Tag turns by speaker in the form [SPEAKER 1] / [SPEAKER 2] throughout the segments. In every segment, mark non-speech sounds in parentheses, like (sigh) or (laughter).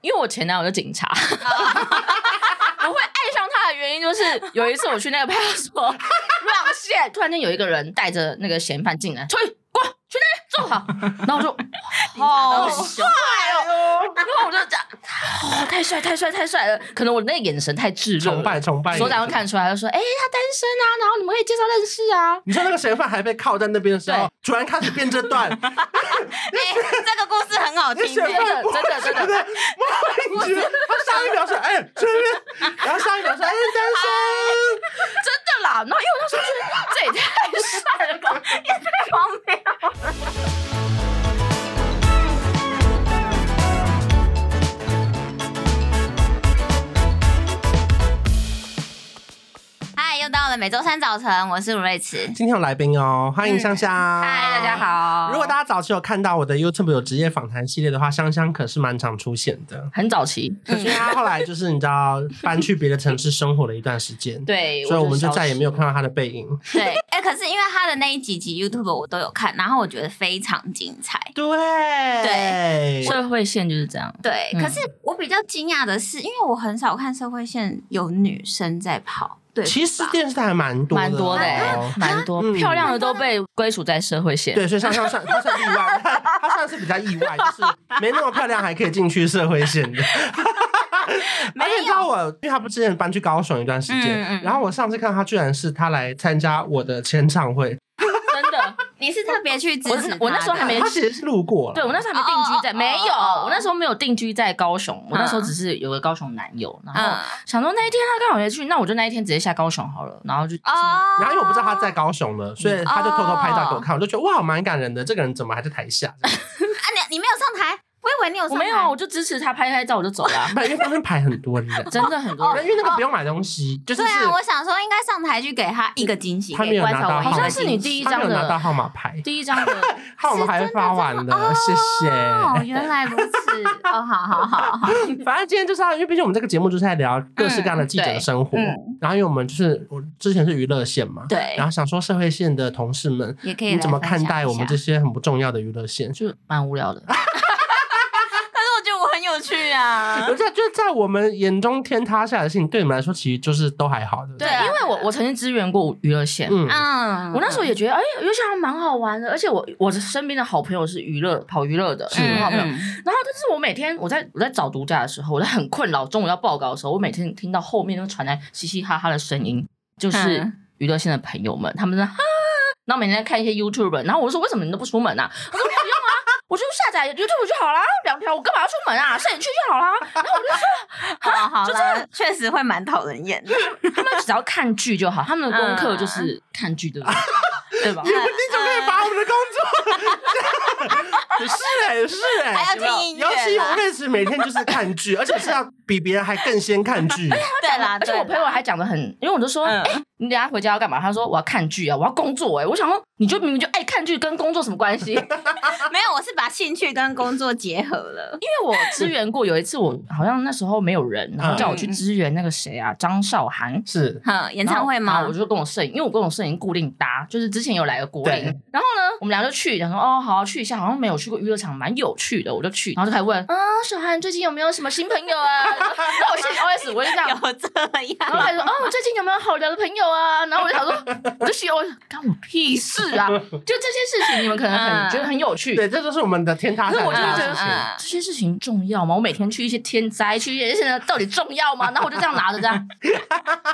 [SPEAKER 1] 因为我前男友是警察，啊 (laughs) 我会爱上他的原因就是有一次我去那个派 (laughs) 出所绕线，突然间有一个人带着那个嫌犯进来，出去过来去那边坐好，然后我就 (laughs) 好
[SPEAKER 2] (laughs)
[SPEAKER 1] 帅哦，然后我就这样，哦，太帅太帅太帅了，可能我那个眼神太炙热了，
[SPEAKER 3] 崇拜崇拜。
[SPEAKER 1] 所长会看出来，就说：“哎、他单身啊，然后你们可以介绍认识啊。
[SPEAKER 3] 你说那个嫌犯还被铐在那边的时候
[SPEAKER 1] 对，啊
[SPEAKER 3] 突然开始变这
[SPEAKER 1] (laughs)
[SPEAKER 3] 段，你
[SPEAKER 2] 哎这个故事很好听
[SPEAKER 3] 嫌
[SPEAKER 2] 耶，
[SPEAKER 3] 犯不会
[SPEAKER 1] 真的
[SPEAKER 3] 觉
[SPEAKER 1] 真的
[SPEAKER 3] 得莫名其妙，他上一秒说哎这边，然后上一秒说哎单”
[SPEAKER 1] 真的啦，然后因为我那时候觉得这也太帅了吧，也太荒
[SPEAKER 3] (laughs)
[SPEAKER 1] 谬了。
[SPEAKER 2] 哎嗨，又到了每周三早晨，我是吴瑞慈
[SPEAKER 3] 身。。今天有来宾哦，欢迎香香。
[SPEAKER 1] 嗯
[SPEAKER 2] 嗨
[SPEAKER 1] 嗨，大家。好。
[SPEAKER 3] 如果大家早期有看到我的 YouTube 有职业访谈系列的话，香香可是蛮常出现的。
[SPEAKER 1] 很早期，
[SPEAKER 3] 可是因为她后来就是你知道搬去别的城市生活了一段时间，
[SPEAKER 1] (laughs) 对，
[SPEAKER 3] 所以我们就再也没
[SPEAKER 1] 有。
[SPEAKER 3] 有看到她的背影。
[SPEAKER 2] 对，哎、可是因为他的那一几集 YouTube 我都有看，然后我觉得非常精彩。
[SPEAKER 3] 对
[SPEAKER 2] 对
[SPEAKER 1] 社会线就是这样，
[SPEAKER 2] 对，
[SPEAKER 1] 嗯
[SPEAKER 2] 可是我比较惊讶的是，因为我很少看社会线有女生在跑，对吧，
[SPEAKER 3] 其实电视台还蛮多
[SPEAKER 1] 蛮
[SPEAKER 2] 啊
[SPEAKER 1] 多的、
[SPEAKER 3] 哦
[SPEAKER 1] 欸，蛮多、
[SPEAKER 3] 嗯
[SPEAKER 1] 漂亮的都被归属在社会线。
[SPEAKER 3] 对，所以香香算她算例外，她算是比较意外，就是没那么漂亮还可以进去社会线
[SPEAKER 1] (laughs)
[SPEAKER 3] 的。而且你知道我，因为她不之前搬去高雄一段时间，
[SPEAKER 2] 嗯嗯
[SPEAKER 3] 然后我上次看她居然是她来参加我的签唱会，
[SPEAKER 1] 真的，
[SPEAKER 2] 你是特别去支持
[SPEAKER 1] 我我那时候还
[SPEAKER 2] 她的
[SPEAKER 1] 没
[SPEAKER 3] 她其实是路过了，
[SPEAKER 1] 对我那时候还没定居在，
[SPEAKER 2] 哦哦哦
[SPEAKER 1] 没有，
[SPEAKER 2] 哦哦哦
[SPEAKER 1] 我那时候没有定居在高雄，我那时候
[SPEAKER 2] 嗯
[SPEAKER 1] 只是有个高雄男友，然后
[SPEAKER 2] 嗯
[SPEAKER 1] 想说那一天他刚好也去，那我就那一天直接下高雄好了，然后就
[SPEAKER 2] 哦，
[SPEAKER 3] 然后因为我不知道他在高雄了，所
[SPEAKER 1] 嗯
[SPEAKER 3] 以他就偷偷拍照
[SPEAKER 1] 哦
[SPEAKER 3] 给我看，我就觉得哇，蛮感人的。这个人怎么还在台下？
[SPEAKER 2] 啊，你你没有上台，我以为你有
[SPEAKER 1] 我
[SPEAKER 2] 上台，
[SPEAKER 1] 没有啊，我就支持他拍拍照我就走
[SPEAKER 2] (laughs)
[SPEAKER 1] 了啊、
[SPEAKER 3] 不然因为那边排很多人，
[SPEAKER 1] (laughs) 真的哦很多
[SPEAKER 3] 因
[SPEAKER 1] 人。
[SPEAKER 3] 为那个不用买东西，就是
[SPEAKER 2] 对啊，我想说应该上台去给他一个惊喜，
[SPEAKER 3] 他没
[SPEAKER 2] 给
[SPEAKER 3] 有
[SPEAKER 2] 观
[SPEAKER 3] 拿到
[SPEAKER 2] 众
[SPEAKER 3] 号
[SPEAKER 1] 好
[SPEAKER 2] 一
[SPEAKER 3] 码
[SPEAKER 2] 个
[SPEAKER 1] 像是你
[SPEAKER 2] 惊
[SPEAKER 1] 第
[SPEAKER 2] 喜。
[SPEAKER 1] 一
[SPEAKER 3] 他没
[SPEAKER 1] 张
[SPEAKER 3] 有拿到
[SPEAKER 1] 的，
[SPEAKER 3] 号码牌，
[SPEAKER 1] 第一张的，
[SPEAKER 3] 号码牌发完了，谢
[SPEAKER 2] 哦，
[SPEAKER 3] 谢。
[SPEAKER 2] 原来如此，哦，好好好好，
[SPEAKER 3] 反正今天就是要，因为毕竟我们这个节目就是在聊各式各样的记者的生活
[SPEAKER 2] 嗯对，
[SPEAKER 3] 然后因为我们就是我之前是娱乐线嘛，
[SPEAKER 2] 对
[SPEAKER 3] 然后想说社会线的同事们。
[SPEAKER 2] 也可以。
[SPEAKER 3] 你怎么看待我们这？些很不重要的娱乐线？
[SPEAKER 1] 就蛮无聊的。
[SPEAKER 2] 可是我觉得我很有趣啊
[SPEAKER 3] 我。在就是在我们眼中天塌下来的事情，对你们来说其实就是都还好的。
[SPEAKER 1] 对
[SPEAKER 2] (laughs) 对啊，
[SPEAKER 1] 因为我我曾经支援过娱乐线。
[SPEAKER 3] 嗯，
[SPEAKER 2] 嗯
[SPEAKER 1] 我那时候也觉得，哎、娱乐线还蛮好玩的，而且我我身边的好朋友是娱乐跑娱乐的，
[SPEAKER 3] 是
[SPEAKER 1] 很好朋友。
[SPEAKER 2] 嗯
[SPEAKER 1] 然后，但是我每天我在我在找独家的时候，我在很困扰，中午要报告的时候，我每天听到后面都传来嘻嘻哈哈的声音，就是
[SPEAKER 2] 嗯
[SPEAKER 1] 娱乐线的朋友们，他们在哈，然后每天在看一些 YouTube，然后我就说为什么你都不出门啊？我说不用啊，我就下载 YouTube 就好啦，两条我干嘛要出门啊？摄影去就好啦。然后我就
[SPEAKER 2] 好了好了，确实会蛮讨人厌的。
[SPEAKER 1] 他们只要看剧就好，他们的功课就是看剧，对不对？对
[SPEAKER 2] 嗯
[SPEAKER 1] 吧？
[SPEAKER 3] 你怎么可以把我们的工作？也 (laughs) 是哎、也是哎、
[SPEAKER 2] 嗯还要听音乐
[SPEAKER 3] 尤
[SPEAKER 2] 啦
[SPEAKER 3] 其我认识每天就是看剧，而且是要比别人还更先看剧。
[SPEAKER 2] 对啦，
[SPEAKER 1] 而且我朋友还讲的很，因为我就说，哎、
[SPEAKER 2] 嗯
[SPEAKER 1] 你等一下回家要干嘛？他说我要看剧啊，我要工作哎、我想说，你就明明就爱看剧，跟工作什么关系？
[SPEAKER 2] 没有，我是把兴趣跟工作结合了。
[SPEAKER 1] 因为我支 (laughs) 援过，有一次我好像那时候没有人，然后叫我去支援那个谁啊，张韶涵。
[SPEAKER 3] 是，
[SPEAKER 2] 哼，演唱会
[SPEAKER 1] 然
[SPEAKER 2] 吗
[SPEAKER 1] 后？我就跟我摄影，因为我跟我摄影固定搭，就是之前有来个国林
[SPEAKER 3] 对，
[SPEAKER 1] 然后呢，我们俩就去，想说哦，好、去一下，好像没有去过娱乐场，蛮有趣的，我就去，然后就开始问，啊，小涵最近有没有什么新朋友啊？ (laughs) 然后我心里 OS，我就这样，
[SPEAKER 2] 有这
[SPEAKER 1] 然后
[SPEAKER 2] 样，
[SPEAKER 1] 他就说：“哦，最近有没有好聊的朋友啊？”然后我就想说，我就心里我干我屁事啊！就这些事情，你们可能很、
[SPEAKER 2] 嗯
[SPEAKER 1] 觉得很有趣，
[SPEAKER 3] 对，这就是我们的天塌下来
[SPEAKER 1] 可是我
[SPEAKER 3] 的
[SPEAKER 1] 就
[SPEAKER 3] 事
[SPEAKER 1] 觉
[SPEAKER 3] 情。
[SPEAKER 2] 得
[SPEAKER 1] 这些事情重要吗？我每天去一些天灾，去一些现在到底重要吗？然后我就这样拿着这样， (laughs)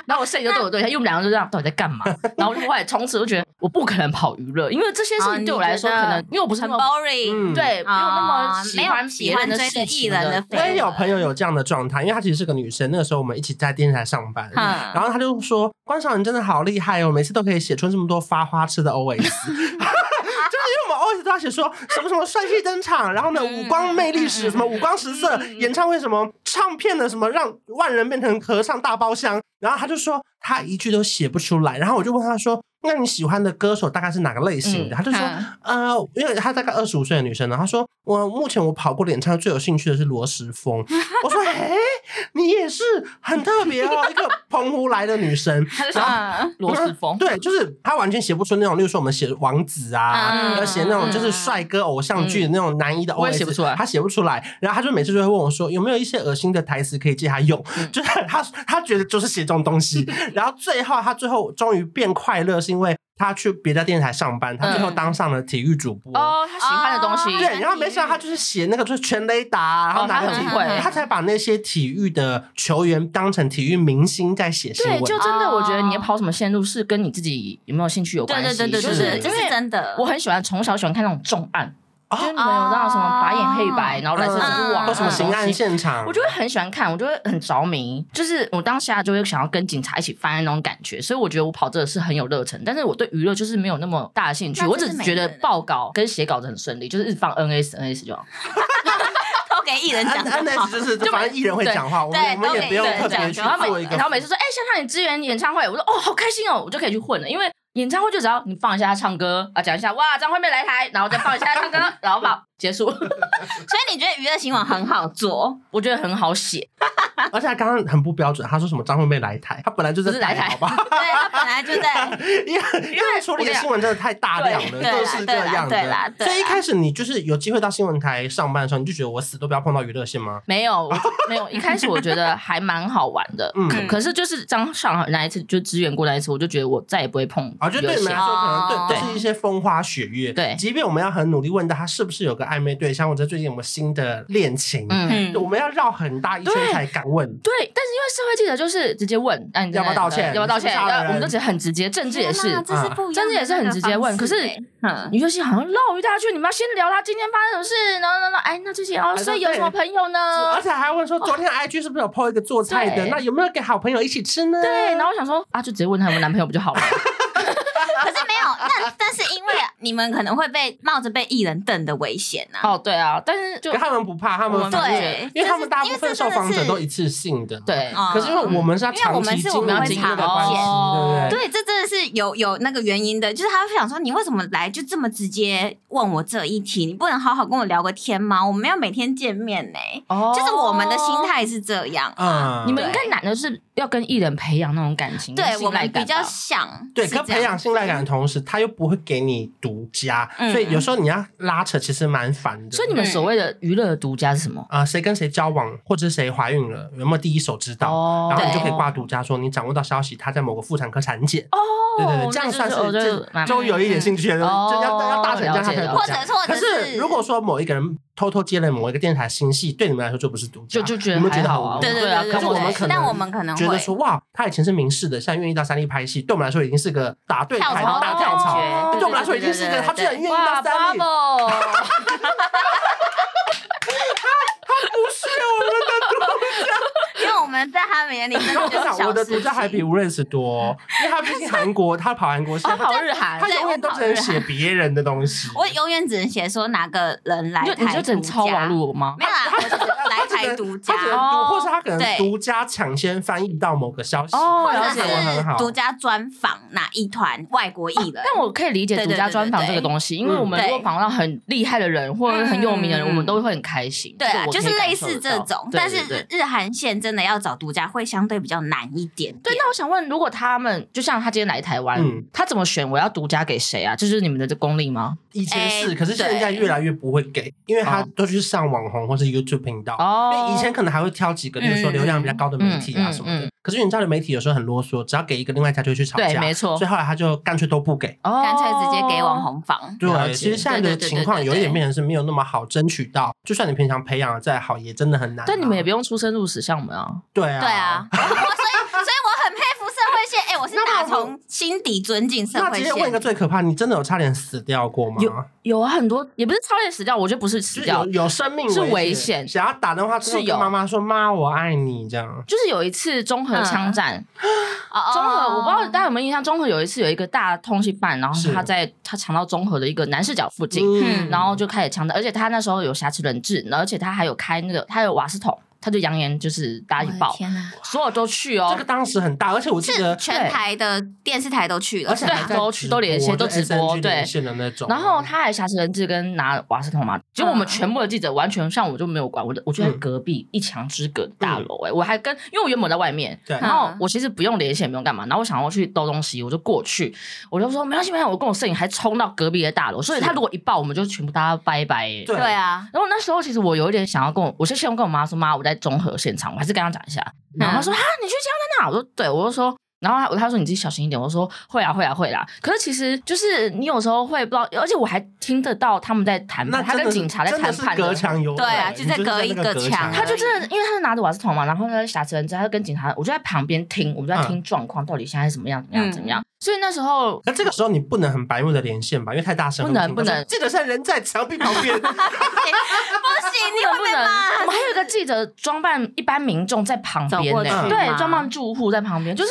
[SPEAKER 1] 然后我摄影就对我对象，因为我们两个就这样，到底在干嘛？然后我就后来从此就觉得我不可能跑娱乐，因为这些事
[SPEAKER 2] 哦
[SPEAKER 1] 情
[SPEAKER 2] 你
[SPEAKER 1] 对我来说，
[SPEAKER 2] 觉得
[SPEAKER 1] 可能因为我不是那
[SPEAKER 2] 很
[SPEAKER 1] 么
[SPEAKER 2] boring。
[SPEAKER 3] 嗯，。
[SPEAKER 1] 对，没有那么
[SPEAKER 2] 哦
[SPEAKER 1] 喜
[SPEAKER 2] 没有
[SPEAKER 1] 欢
[SPEAKER 2] 喜
[SPEAKER 1] 别人
[SPEAKER 2] 欢
[SPEAKER 1] 的
[SPEAKER 2] 追着
[SPEAKER 1] 事
[SPEAKER 2] 艺
[SPEAKER 1] 情
[SPEAKER 2] 人的
[SPEAKER 1] 的。
[SPEAKER 2] 绯
[SPEAKER 3] 我也有
[SPEAKER 2] 闻
[SPEAKER 3] 朋友有这样的状态，因为她其实是个女生，那个时候我们一起在电视台上班，
[SPEAKER 2] 嗯
[SPEAKER 3] 然后她就说：“关少你真的好厉害哦，每次都可以写出这么多发
[SPEAKER 1] (laughs)
[SPEAKER 3] 花痴的 OS。” (laughs) 就是因为我们 OS 都要写说什么什么帅气登场，然后呢
[SPEAKER 2] 嗯
[SPEAKER 3] 五光魅力史，
[SPEAKER 2] 嗯
[SPEAKER 3] 什么五光十色，
[SPEAKER 1] 嗯
[SPEAKER 3] 演唱会什么唱片的什么让万人变成和尚大包厢，然后她就说她一句都写不出来，然后我就问她说。那你喜欢的歌手大概是哪个类型
[SPEAKER 1] 嗯
[SPEAKER 3] 的？他就说，
[SPEAKER 2] 嗯
[SPEAKER 3] 呃，因为她大概二十五岁的女生呢，她说我目前我跑过的演唱会最有兴趣的是罗时丰。我说，哎、你也是很特别哦，一个澎湖来的女生。
[SPEAKER 1] 他就说
[SPEAKER 2] (laughs) 嗯
[SPEAKER 1] 罗斯风，
[SPEAKER 3] 对，就是她完全写不出那种，例如说我们写王子啊，
[SPEAKER 2] 嗯
[SPEAKER 3] 要写那种就是帅哥偶像剧的那种男一的 OS，、
[SPEAKER 1] 嗯我也写不出来
[SPEAKER 3] 他写不出来。然后他就每次就会问我说，有没有一些恶心的台词可以借他用？
[SPEAKER 1] 嗯
[SPEAKER 3] (laughs) 就是他他觉得就是写这种
[SPEAKER 1] (laughs)
[SPEAKER 3] 东西。然后最后他最后终于变快乐，是因为他去别的电视台上班，他最后当上了体育主播。
[SPEAKER 1] 嗯哦，他喜欢的东
[SPEAKER 2] 哦
[SPEAKER 1] 西，
[SPEAKER 3] 对，然后没想到他就是写那个就是全雷达，啊然后
[SPEAKER 1] 哦
[SPEAKER 3] 拿
[SPEAKER 1] 他
[SPEAKER 3] 个
[SPEAKER 1] 很
[SPEAKER 3] 体
[SPEAKER 1] 会
[SPEAKER 3] 他才把那些体育的球员当成体育明星在写新
[SPEAKER 1] 对，
[SPEAKER 3] 闻。
[SPEAKER 1] 就真的，
[SPEAKER 2] 哦
[SPEAKER 1] 我觉得你要跑什么线路是跟你自己有没有兴趣有
[SPEAKER 2] 对
[SPEAKER 1] 关
[SPEAKER 2] 对
[SPEAKER 1] 系，
[SPEAKER 2] 对对
[SPEAKER 1] 就
[SPEAKER 2] 对
[SPEAKER 1] 是
[SPEAKER 2] 对，
[SPEAKER 3] 是
[SPEAKER 2] 这
[SPEAKER 1] 因
[SPEAKER 2] 是
[SPEAKER 1] 为
[SPEAKER 2] 真的。
[SPEAKER 1] 我很喜欢从小喜欢看那种重案，
[SPEAKER 3] 哦
[SPEAKER 1] 就是你们有那种什么白眼黑白，
[SPEAKER 2] 哦
[SPEAKER 1] 然后蓝色蜘蛛网，
[SPEAKER 2] 嗯
[SPEAKER 3] 或什么刑案
[SPEAKER 1] 线，
[SPEAKER 3] 现场，啊
[SPEAKER 1] 我就会很喜欢看，我就会很着迷，就是我当下就会想要跟警察一起翻案那种感觉，所以我觉得我跑这个是很有热忱，但是我对娱乐就是没有那么大的兴趣，
[SPEAKER 2] 那
[SPEAKER 1] 我
[SPEAKER 2] 这
[SPEAKER 1] 只
[SPEAKER 2] 是
[SPEAKER 1] 是
[SPEAKER 2] 每
[SPEAKER 1] 觉
[SPEAKER 2] 个
[SPEAKER 1] 得
[SPEAKER 2] 人的
[SPEAKER 1] 报稿跟写稿子很顺利，就是日放 NS NS 就好。
[SPEAKER 2] 偷给艺人讲
[SPEAKER 3] N
[SPEAKER 2] 的
[SPEAKER 3] N
[SPEAKER 2] 话
[SPEAKER 3] S 啊就是反正艺人会讲话，我们
[SPEAKER 2] 对
[SPEAKER 3] 我们
[SPEAKER 2] 都
[SPEAKER 3] 也不
[SPEAKER 2] 给
[SPEAKER 3] 用
[SPEAKER 2] 艺
[SPEAKER 1] 对
[SPEAKER 2] 人
[SPEAKER 3] 特别
[SPEAKER 2] 讲
[SPEAKER 3] 去
[SPEAKER 1] 然后
[SPEAKER 3] 做
[SPEAKER 1] 每
[SPEAKER 3] 一
[SPEAKER 1] 然后
[SPEAKER 3] 个。
[SPEAKER 1] 每次说，哎、香香你支援演唱会，我说哦，好开心哦，我就可以去混了，因为演唱会就只要你放一下他唱歌啊，讲一下哇，张惠妹来台，然后再放一下他
[SPEAKER 3] (laughs)
[SPEAKER 1] 唱歌，然后把结束， (laughs)
[SPEAKER 2] 所以你觉得娱乐新闻很好
[SPEAKER 3] (laughs)
[SPEAKER 2] 做？
[SPEAKER 1] 我觉得很好写，
[SPEAKER 3] 而且他刚刚很不标准，他说什么张惠妹来台，他本来就
[SPEAKER 1] 不
[SPEAKER 3] 是
[SPEAKER 1] 是来台
[SPEAKER 3] 好吧？
[SPEAKER 2] 对，他本来就在。
[SPEAKER 3] (laughs) 因为因为处理的新闻真的太大量了，
[SPEAKER 2] 对对啦
[SPEAKER 3] 都是这样
[SPEAKER 2] 对啦
[SPEAKER 3] 的。
[SPEAKER 2] 对啦对啦
[SPEAKER 3] 所以一开始你就是有机会到新闻台上班的时候，你就觉得我死都不要碰到娱乐线吗？
[SPEAKER 1] 没有我 (laughs) 没有，一开始我觉得还蛮好玩的，
[SPEAKER 3] 嗯
[SPEAKER 1] 可可是就是张上海那一次就支援过那一次，我就觉得我再也不会碰
[SPEAKER 3] 啊，就
[SPEAKER 1] 游
[SPEAKER 3] 对你
[SPEAKER 1] 戏
[SPEAKER 3] 们来说，可能
[SPEAKER 2] 哦
[SPEAKER 3] 对都是一些风花雪月。
[SPEAKER 1] 对
[SPEAKER 3] 即便我们要很努力问到他是不是有个暧昧对象，或者最近有没有新的恋情，
[SPEAKER 1] 嗯。
[SPEAKER 2] 嗯，
[SPEAKER 3] 我们要绕很大一圈才敢问。
[SPEAKER 1] 对，但是因为社会记者就是直接问，哎、你
[SPEAKER 3] 要不要道歉
[SPEAKER 1] 要不要道歉？
[SPEAKER 3] 你是不是杀
[SPEAKER 1] 要
[SPEAKER 3] 人
[SPEAKER 1] 我们都直接很直接，政治也是，
[SPEAKER 2] 天哪这是不一样的
[SPEAKER 1] 政治也是很直接问
[SPEAKER 2] 那
[SPEAKER 1] 可
[SPEAKER 2] 个方
[SPEAKER 1] 是
[SPEAKER 2] 式欸嗯，
[SPEAKER 1] 你就是好像绕一大圈，你们要先聊他今天发生什么事，然后然后然后哎，那最近哦，
[SPEAKER 3] 还说
[SPEAKER 1] 所以有什么朋友呢
[SPEAKER 3] 而？且还问说，昨天 IG 是不是有 PO 一个做菜的？
[SPEAKER 1] 呃对
[SPEAKER 3] 那有没有给好朋友一起吃呢？
[SPEAKER 1] 对，然后我想说啊，就直接问他有没有男朋友不就
[SPEAKER 3] (laughs)
[SPEAKER 1] 好了？
[SPEAKER 2] 可是没有，但但是因为你们可能会被冒着被艺人瞪的危险呐、啊。
[SPEAKER 1] 哦，对啊，但是就
[SPEAKER 3] 可他们不怕，他
[SPEAKER 1] 我
[SPEAKER 3] 们
[SPEAKER 1] 们
[SPEAKER 3] 反正
[SPEAKER 2] 对
[SPEAKER 3] 因为他
[SPEAKER 2] 这
[SPEAKER 3] 们
[SPEAKER 2] 是
[SPEAKER 3] 大
[SPEAKER 2] 因
[SPEAKER 3] 部
[SPEAKER 2] 为
[SPEAKER 3] 分
[SPEAKER 2] 这
[SPEAKER 3] 受
[SPEAKER 2] 真的
[SPEAKER 3] 访者
[SPEAKER 2] 是
[SPEAKER 3] 都一次性的，
[SPEAKER 1] 对
[SPEAKER 2] 嗯
[SPEAKER 3] 可是因为我们是要
[SPEAKER 2] 因为我
[SPEAKER 3] 长
[SPEAKER 2] 们
[SPEAKER 3] 期
[SPEAKER 2] 是
[SPEAKER 3] 经
[SPEAKER 2] 我们
[SPEAKER 3] 营
[SPEAKER 2] 会
[SPEAKER 3] 经
[SPEAKER 2] 查
[SPEAKER 3] 的关系，
[SPEAKER 1] 哦
[SPEAKER 3] 对不对？
[SPEAKER 2] 对，这真的是有有那个原因的，就是他会想说，你为什么来就这么直接问我这一题？你不能好好跟我聊个天吗？我们要每天见面呢、
[SPEAKER 1] 哦
[SPEAKER 2] 就是我们的心。态是这样啊。
[SPEAKER 3] 嗯
[SPEAKER 1] 你们应该难的是要跟艺人培养那种感情，
[SPEAKER 2] 对
[SPEAKER 1] 信
[SPEAKER 2] 我
[SPEAKER 1] 赖
[SPEAKER 2] 们
[SPEAKER 1] 感
[SPEAKER 2] 比较
[SPEAKER 1] 吧
[SPEAKER 2] 想
[SPEAKER 3] 对，
[SPEAKER 2] 是
[SPEAKER 3] 可
[SPEAKER 2] 这
[SPEAKER 3] 培
[SPEAKER 2] 样
[SPEAKER 3] 养信赖感的同时，他又不会给你独家，
[SPEAKER 2] 嗯
[SPEAKER 3] 所以有时候你要拉扯，其实蛮烦的。
[SPEAKER 1] 所以你们所谓的娱乐的独家是什么？
[SPEAKER 3] 啊，谁跟谁交往，或者谁怀孕了，有没有第一手知道？
[SPEAKER 1] 哦
[SPEAKER 3] 然后你就
[SPEAKER 2] 对
[SPEAKER 3] 可以挂独家说你掌握到消息，他在某个妇产科产检。
[SPEAKER 1] 哦，
[SPEAKER 3] 对对对，这样算是
[SPEAKER 1] 那就是我就
[SPEAKER 3] 这终于有一点兴趣了，
[SPEAKER 1] 嗯
[SPEAKER 3] 就要
[SPEAKER 1] 哦
[SPEAKER 3] 要搭成这样，他才
[SPEAKER 1] 了解
[SPEAKER 3] 有
[SPEAKER 1] 了
[SPEAKER 3] 独
[SPEAKER 2] 或
[SPEAKER 3] 家
[SPEAKER 2] 者。是或
[SPEAKER 3] 可
[SPEAKER 2] 者
[SPEAKER 3] 是如果说某一个人偷偷接了某一个电台新戏，对你们来说就不是独家，
[SPEAKER 1] 就就觉
[SPEAKER 3] 你
[SPEAKER 1] 得
[SPEAKER 3] 们觉
[SPEAKER 1] 还
[SPEAKER 3] 得
[SPEAKER 1] 好
[SPEAKER 3] 无
[SPEAKER 1] 啊，
[SPEAKER 3] 聊
[SPEAKER 2] 对对
[SPEAKER 1] 对啊，
[SPEAKER 2] 对
[SPEAKER 1] 跟
[SPEAKER 3] 可是
[SPEAKER 1] 我
[SPEAKER 3] 我
[SPEAKER 1] 们
[SPEAKER 3] 们
[SPEAKER 1] 可
[SPEAKER 3] 可
[SPEAKER 2] 对但
[SPEAKER 3] 能
[SPEAKER 2] 我们可能
[SPEAKER 3] 觉得
[SPEAKER 2] 会
[SPEAKER 3] 说哇，他以前是明示的，现在愿意到三立拍戏，对我们来说已经是个打对
[SPEAKER 2] 跳
[SPEAKER 3] 台
[SPEAKER 2] 槽
[SPEAKER 3] 的大
[SPEAKER 2] 的
[SPEAKER 3] 跳
[SPEAKER 2] 感
[SPEAKER 3] 槽，
[SPEAKER 2] 觉，
[SPEAKER 3] 对我们来说已经是一个，他居然愿意到三立，
[SPEAKER 1] ，Bravo！
[SPEAKER 3] 不是哦我们的
[SPEAKER 2] (laughs) 因为我们在他们眼里真的就
[SPEAKER 3] (laughs) 我
[SPEAKER 2] 是
[SPEAKER 3] 想
[SPEAKER 2] 小
[SPEAKER 3] 啊我的独
[SPEAKER 2] 事
[SPEAKER 3] 家还比
[SPEAKER 2] 情。
[SPEAKER 3] 吴认识多，因为他毕竟韩国，他跑韩国线，
[SPEAKER 1] 啊，
[SPEAKER 3] 他
[SPEAKER 1] 好日韩
[SPEAKER 3] 他，永远都只能写别人的
[SPEAKER 2] (laughs)
[SPEAKER 3] 东西。
[SPEAKER 2] 我永远只能写说哪个人来
[SPEAKER 1] 你就你
[SPEAKER 2] 台
[SPEAKER 1] 就整
[SPEAKER 2] 独
[SPEAKER 1] 抄
[SPEAKER 2] 家
[SPEAKER 1] 网络吗？
[SPEAKER 2] 没有啦，我就是来
[SPEAKER 3] 他只
[SPEAKER 2] 台
[SPEAKER 3] 能
[SPEAKER 2] 独家
[SPEAKER 3] 他，只能独，
[SPEAKER 1] 哦
[SPEAKER 3] 或是他可能
[SPEAKER 2] 对
[SPEAKER 3] 独家抢先翻译到某个消息，
[SPEAKER 1] 哦
[SPEAKER 3] 这
[SPEAKER 1] 了
[SPEAKER 3] 样
[SPEAKER 1] 解
[SPEAKER 3] 子我很
[SPEAKER 2] 或者
[SPEAKER 3] 好
[SPEAKER 2] 是独家专访哪一团外国艺人。
[SPEAKER 1] 哦但我可以理解
[SPEAKER 2] 对
[SPEAKER 1] 独
[SPEAKER 2] 对
[SPEAKER 1] 家
[SPEAKER 2] 对
[SPEAKER 1] 专访
[SPEAKER 2] 对
[SPEAKER 1] 这个
[SPEAKER 2] 对
[SPEAKER 1] 东西，因为我们
[SPEAKER 2] 嗯
[SPEAKER 1] 如果访到很厉害的人或者很有名的人，
[SPEAKER 2] 嗯
[SPEAKER 1] 我们都会很开心。
[SPEAKER 2] 对啊，
[SPEAKER 1] 这个我
[SPEAKER 2] 就
[SPEAKER 1] 可以
[SPEAKER 2] 是
[SPEAKER 1] 感
[SPEAKER 2] 类
[SPEAKER 1] 受
[SPEAKER 2] 似
[SPEAKER 1] 得
[SPEAKER 2] 这
[SPEAKER 1] 到
[SPEAKER 2] 种，
[SPEAKER 1] 对
[SPEAKER 2] 但
[SPEAKER 1] 对对
[SPEAKER 2] 是日韩线真的要找独家会相对比较难一点
[SPEAKER 1] 对，
[SPEAKER 2] 点。
[SPEAKER 1] 那我想问，如果他们就像他今天来台湾
[SPEAKER 3] 嗯，
[SPEAKER 1] 他怎么选？我要独家给谁啊？这就是你们的这功力吗？
[SPEAKER 3] 以前是，
[SPEAKER 2] 哎
[SPEAKER 3] 可是现在
[SPEAKER 2] 对
[SPEAKER 3] 越来越不会给，因为他都去上网红或是 YouTube 频道。因
[SPEAKER 1] 哦
[SPEAKER 3] 为以前可能还会挑几个，比如说流量比较高的媒体啊
[SPEAKER 1] 嗯
[SPEAKER 3] 什么
[SPEAKER 1] 嗯
[SPEAKER 3] 的
[SPEAKER 1] 嗯。
[SPEAKER 3] 可是你知道的媒体有时候很啰嗦，只要给一个，另外一家就会去吵
[SPEAKER 1] 对，
[SPEAKER 3] 架。
[SPEAKER 1] 没错
[SPEAKER 3] 所，以后来他就干脆都不给。
[SPEAKER 1] 哦
[SPEAKER 2] 干脆直接给网。红房。
[SPEAKER 1] 了
[SPEAKER 3] 对，
[SPEAKER 1] 解
[SPEAKER 3] 其实现在的
[SPEAKER 2] 对对对
[SPEAKER 3] 情况
[SPEAKER 2] 对对
[SPEAKER 3] 有一点
[SPEAKER 2] 对
[SPEAKER 3] 变成是没有那么好争取到，就算你平常培养的再好，也真的很难啊。
[SPEAKER 1] 但你们也不用出生入死，像我们啊，
[SPEAKER 3] 对啊，
[SPEAKER 1] (laughs)
[SPEAKER 2] 对啊，我所以所以我很佩服社会线，哎，我是打从心底尊敬社
[SPEAKER 3] 那
[SPEAKER 2] 会
[SPEAKER 3] 直接问一个
[SPEAKER 2] 线。
[SPEAKER 3] 最可怕，你真的有差点死掉过吗？
[SPEAKER 1] 有啊，很多也不是超越死掉，我觉得不是
[SPEAKER 3] 就
[SPEAKER 1] 死
[SPEAKER 3] 是
[SPEAKER 1] 掉
[SPEAKER 3] 有，有生命
[SPEAKER 1] 是
[SPEAKER 3] 危
[SPEAKER 1] 危险
[SPEAKER 3] 想要打电话之
[SPEAKER 1] 是
[SPEAKER 3] 后跟
[SPEAKER 1] 有
[SPEAKER 3] 妈妈说：“妈，我爱你。”这样。
[SPEAKER 1] 就是有一次综合
[SPEAKER 2] 嗯
[SPEAKER 1] 枪战，
[SPEAKER 2] 综
[SPEAKER 1] 综
[SPEAKER 2] 哦
[SPEAKER 1] 合，我不知道大家有没有印象，综合有一次有一个大通缉犯，然后
[SPEAKER 3] 是
[SPEAKER 1] 他在他抢到综合的一个男视角附近，
[SPEAKER 2] 嗯
[SPEAKER 1] 然后就开始枪战，而且他那时候有挟持人质，而且他还有开那个，他有瓦斯桶。他就扬言就是大家一起
[SPEAKER 2] 我的
[SPEAKER 1] 报，
[SPEAKER 2] 天哪！
[SPEAKER 1] 所有都去哦
[SPEAKER 3] 这个。当时很大，而且我记
[SPEAKER 2] 是
[SPEAKER 3] 得，
[SPEAKER 2] 全台的电视台都去了
[SPEAKER 3] 而，且还
[SPEAKER 1] 对
[SPEAKER 3] 在
[SPEAKER 1] 都
[SPEAKER 3] 直
[SPEAKER 1] 都连线
[SPEAKER 3] 播
[SPEAKER 1] 都直播
[SPEAKER 3] 就 SNG
[SPEAKER 1] 对
[SPEAKER 3] 连线的那种。啊哦
[SPEAKER 1] 然后他还挟持人质跟拿瓦斯桶嘛，结果我们
[SPEAKER 2] 嗯
[SPEAKER 1] 全部的记者完全像我就没有管，我就我就
[SPEAKER 3] 嗯
[SPEAKER 1] 在隔壁一墙之隔的大楼哎、我还跟因为我原本在外面，
[SPEAKER 3] 对
[SPEAKER 1] 然后我其实不用连线，也不用干嘛，然后我想要去兜东西，我就过去，我就说没关系没关系，我跟我摄影还冲到隔壁的大楼，所以
[SPEAKER 3] 是
[SPEAKER 1] 他如果一爆，我们就全部大家拜拜哎、
[SPEAKER 3] 对
[SPEAKER 2] 对
[SPEAKER 1] (laughs)
[SPEAKER 2] 啊，
[SPEAKER 1] 然后那时候其实我有一点想要跟我，我是先跟我妈说，妈，我在综合现场，我还是跟她讲一下。然后她说啊，你去江在哪？我说对，我就说。然后她她说你自己小心一点，我说会啊会啊会啦。可是其实就是你有时候会不知道，而且我还听得到他们在谈
[SPEAKER 3] 那
[SPEAKER 1] 判，他
[SPEAKER 3] 真的
[SPEAKER 1] 跟警察在
[SPEAKER 3] 真的
[SPEAKER 1] 谈
[SPEAKER 3] 是
[SPEAKER 1] 判的
[SPEAKER 3] 隔墙有
[SPEAKER 2] 对啊
[SPEAKER 3] 耳
[SPEAKER 2] 就
[SPEAKER 3] 你
[SPEAKER 2] 在
[SPEAKER 3] 是
[SPEAKER 2] 隔
[SPEAKER 3] 在
[SPEAKER 2] 一
[SPEAKER 3] 那
[SPEAKER 2] 个
[SPEAKER 3] 隔
[SPEAKER 2] 墙
[SPEAKER 1] 他就真的，因为他是拿着瓦斯桶嘛，然后呢挟持人质，他就跟警察，我就在旁边听，我们就在
[SPEAKER 3] 嗯
[SPEAKER 1] 听状况，到底现在是怎么样，怎么样，
[SPEAKER 2] 嗯
[SPEAKER 1] 怎么样。所以那时候
[SPEAKER 3] 那这个时候你不能很白目的连线吧，因为太大声了，
[SPEAKER 1] 不能
[SPEAKER 3] 听到
[SPEAKER 1] 不能
[SPEAKER 3] 说记者现在人在墙壁旁
[SPEAKER 1] (laughs)
[SPEAKER 3] 边，
[SPEAKER 2] 不行，你
[SPEAKER 1] 不
[SPEAKER 2] 会被
[SPEAKER 1] 能
[SPEAKER 2] 骂。，
[SPEAKER 1] 我们还有一个记者装扮一般民众在旁
[SPEAKER 2] 走
[SPEAKER 1] 边
[SPEAKER 2] 过
[SPEAKER 1] 呢、
[SPEAKER 2] 去
[SPEAKER 1] 对，
[SPEAKER 2] 吗
[SPEAKER 1] 装扮住户在旁边，就是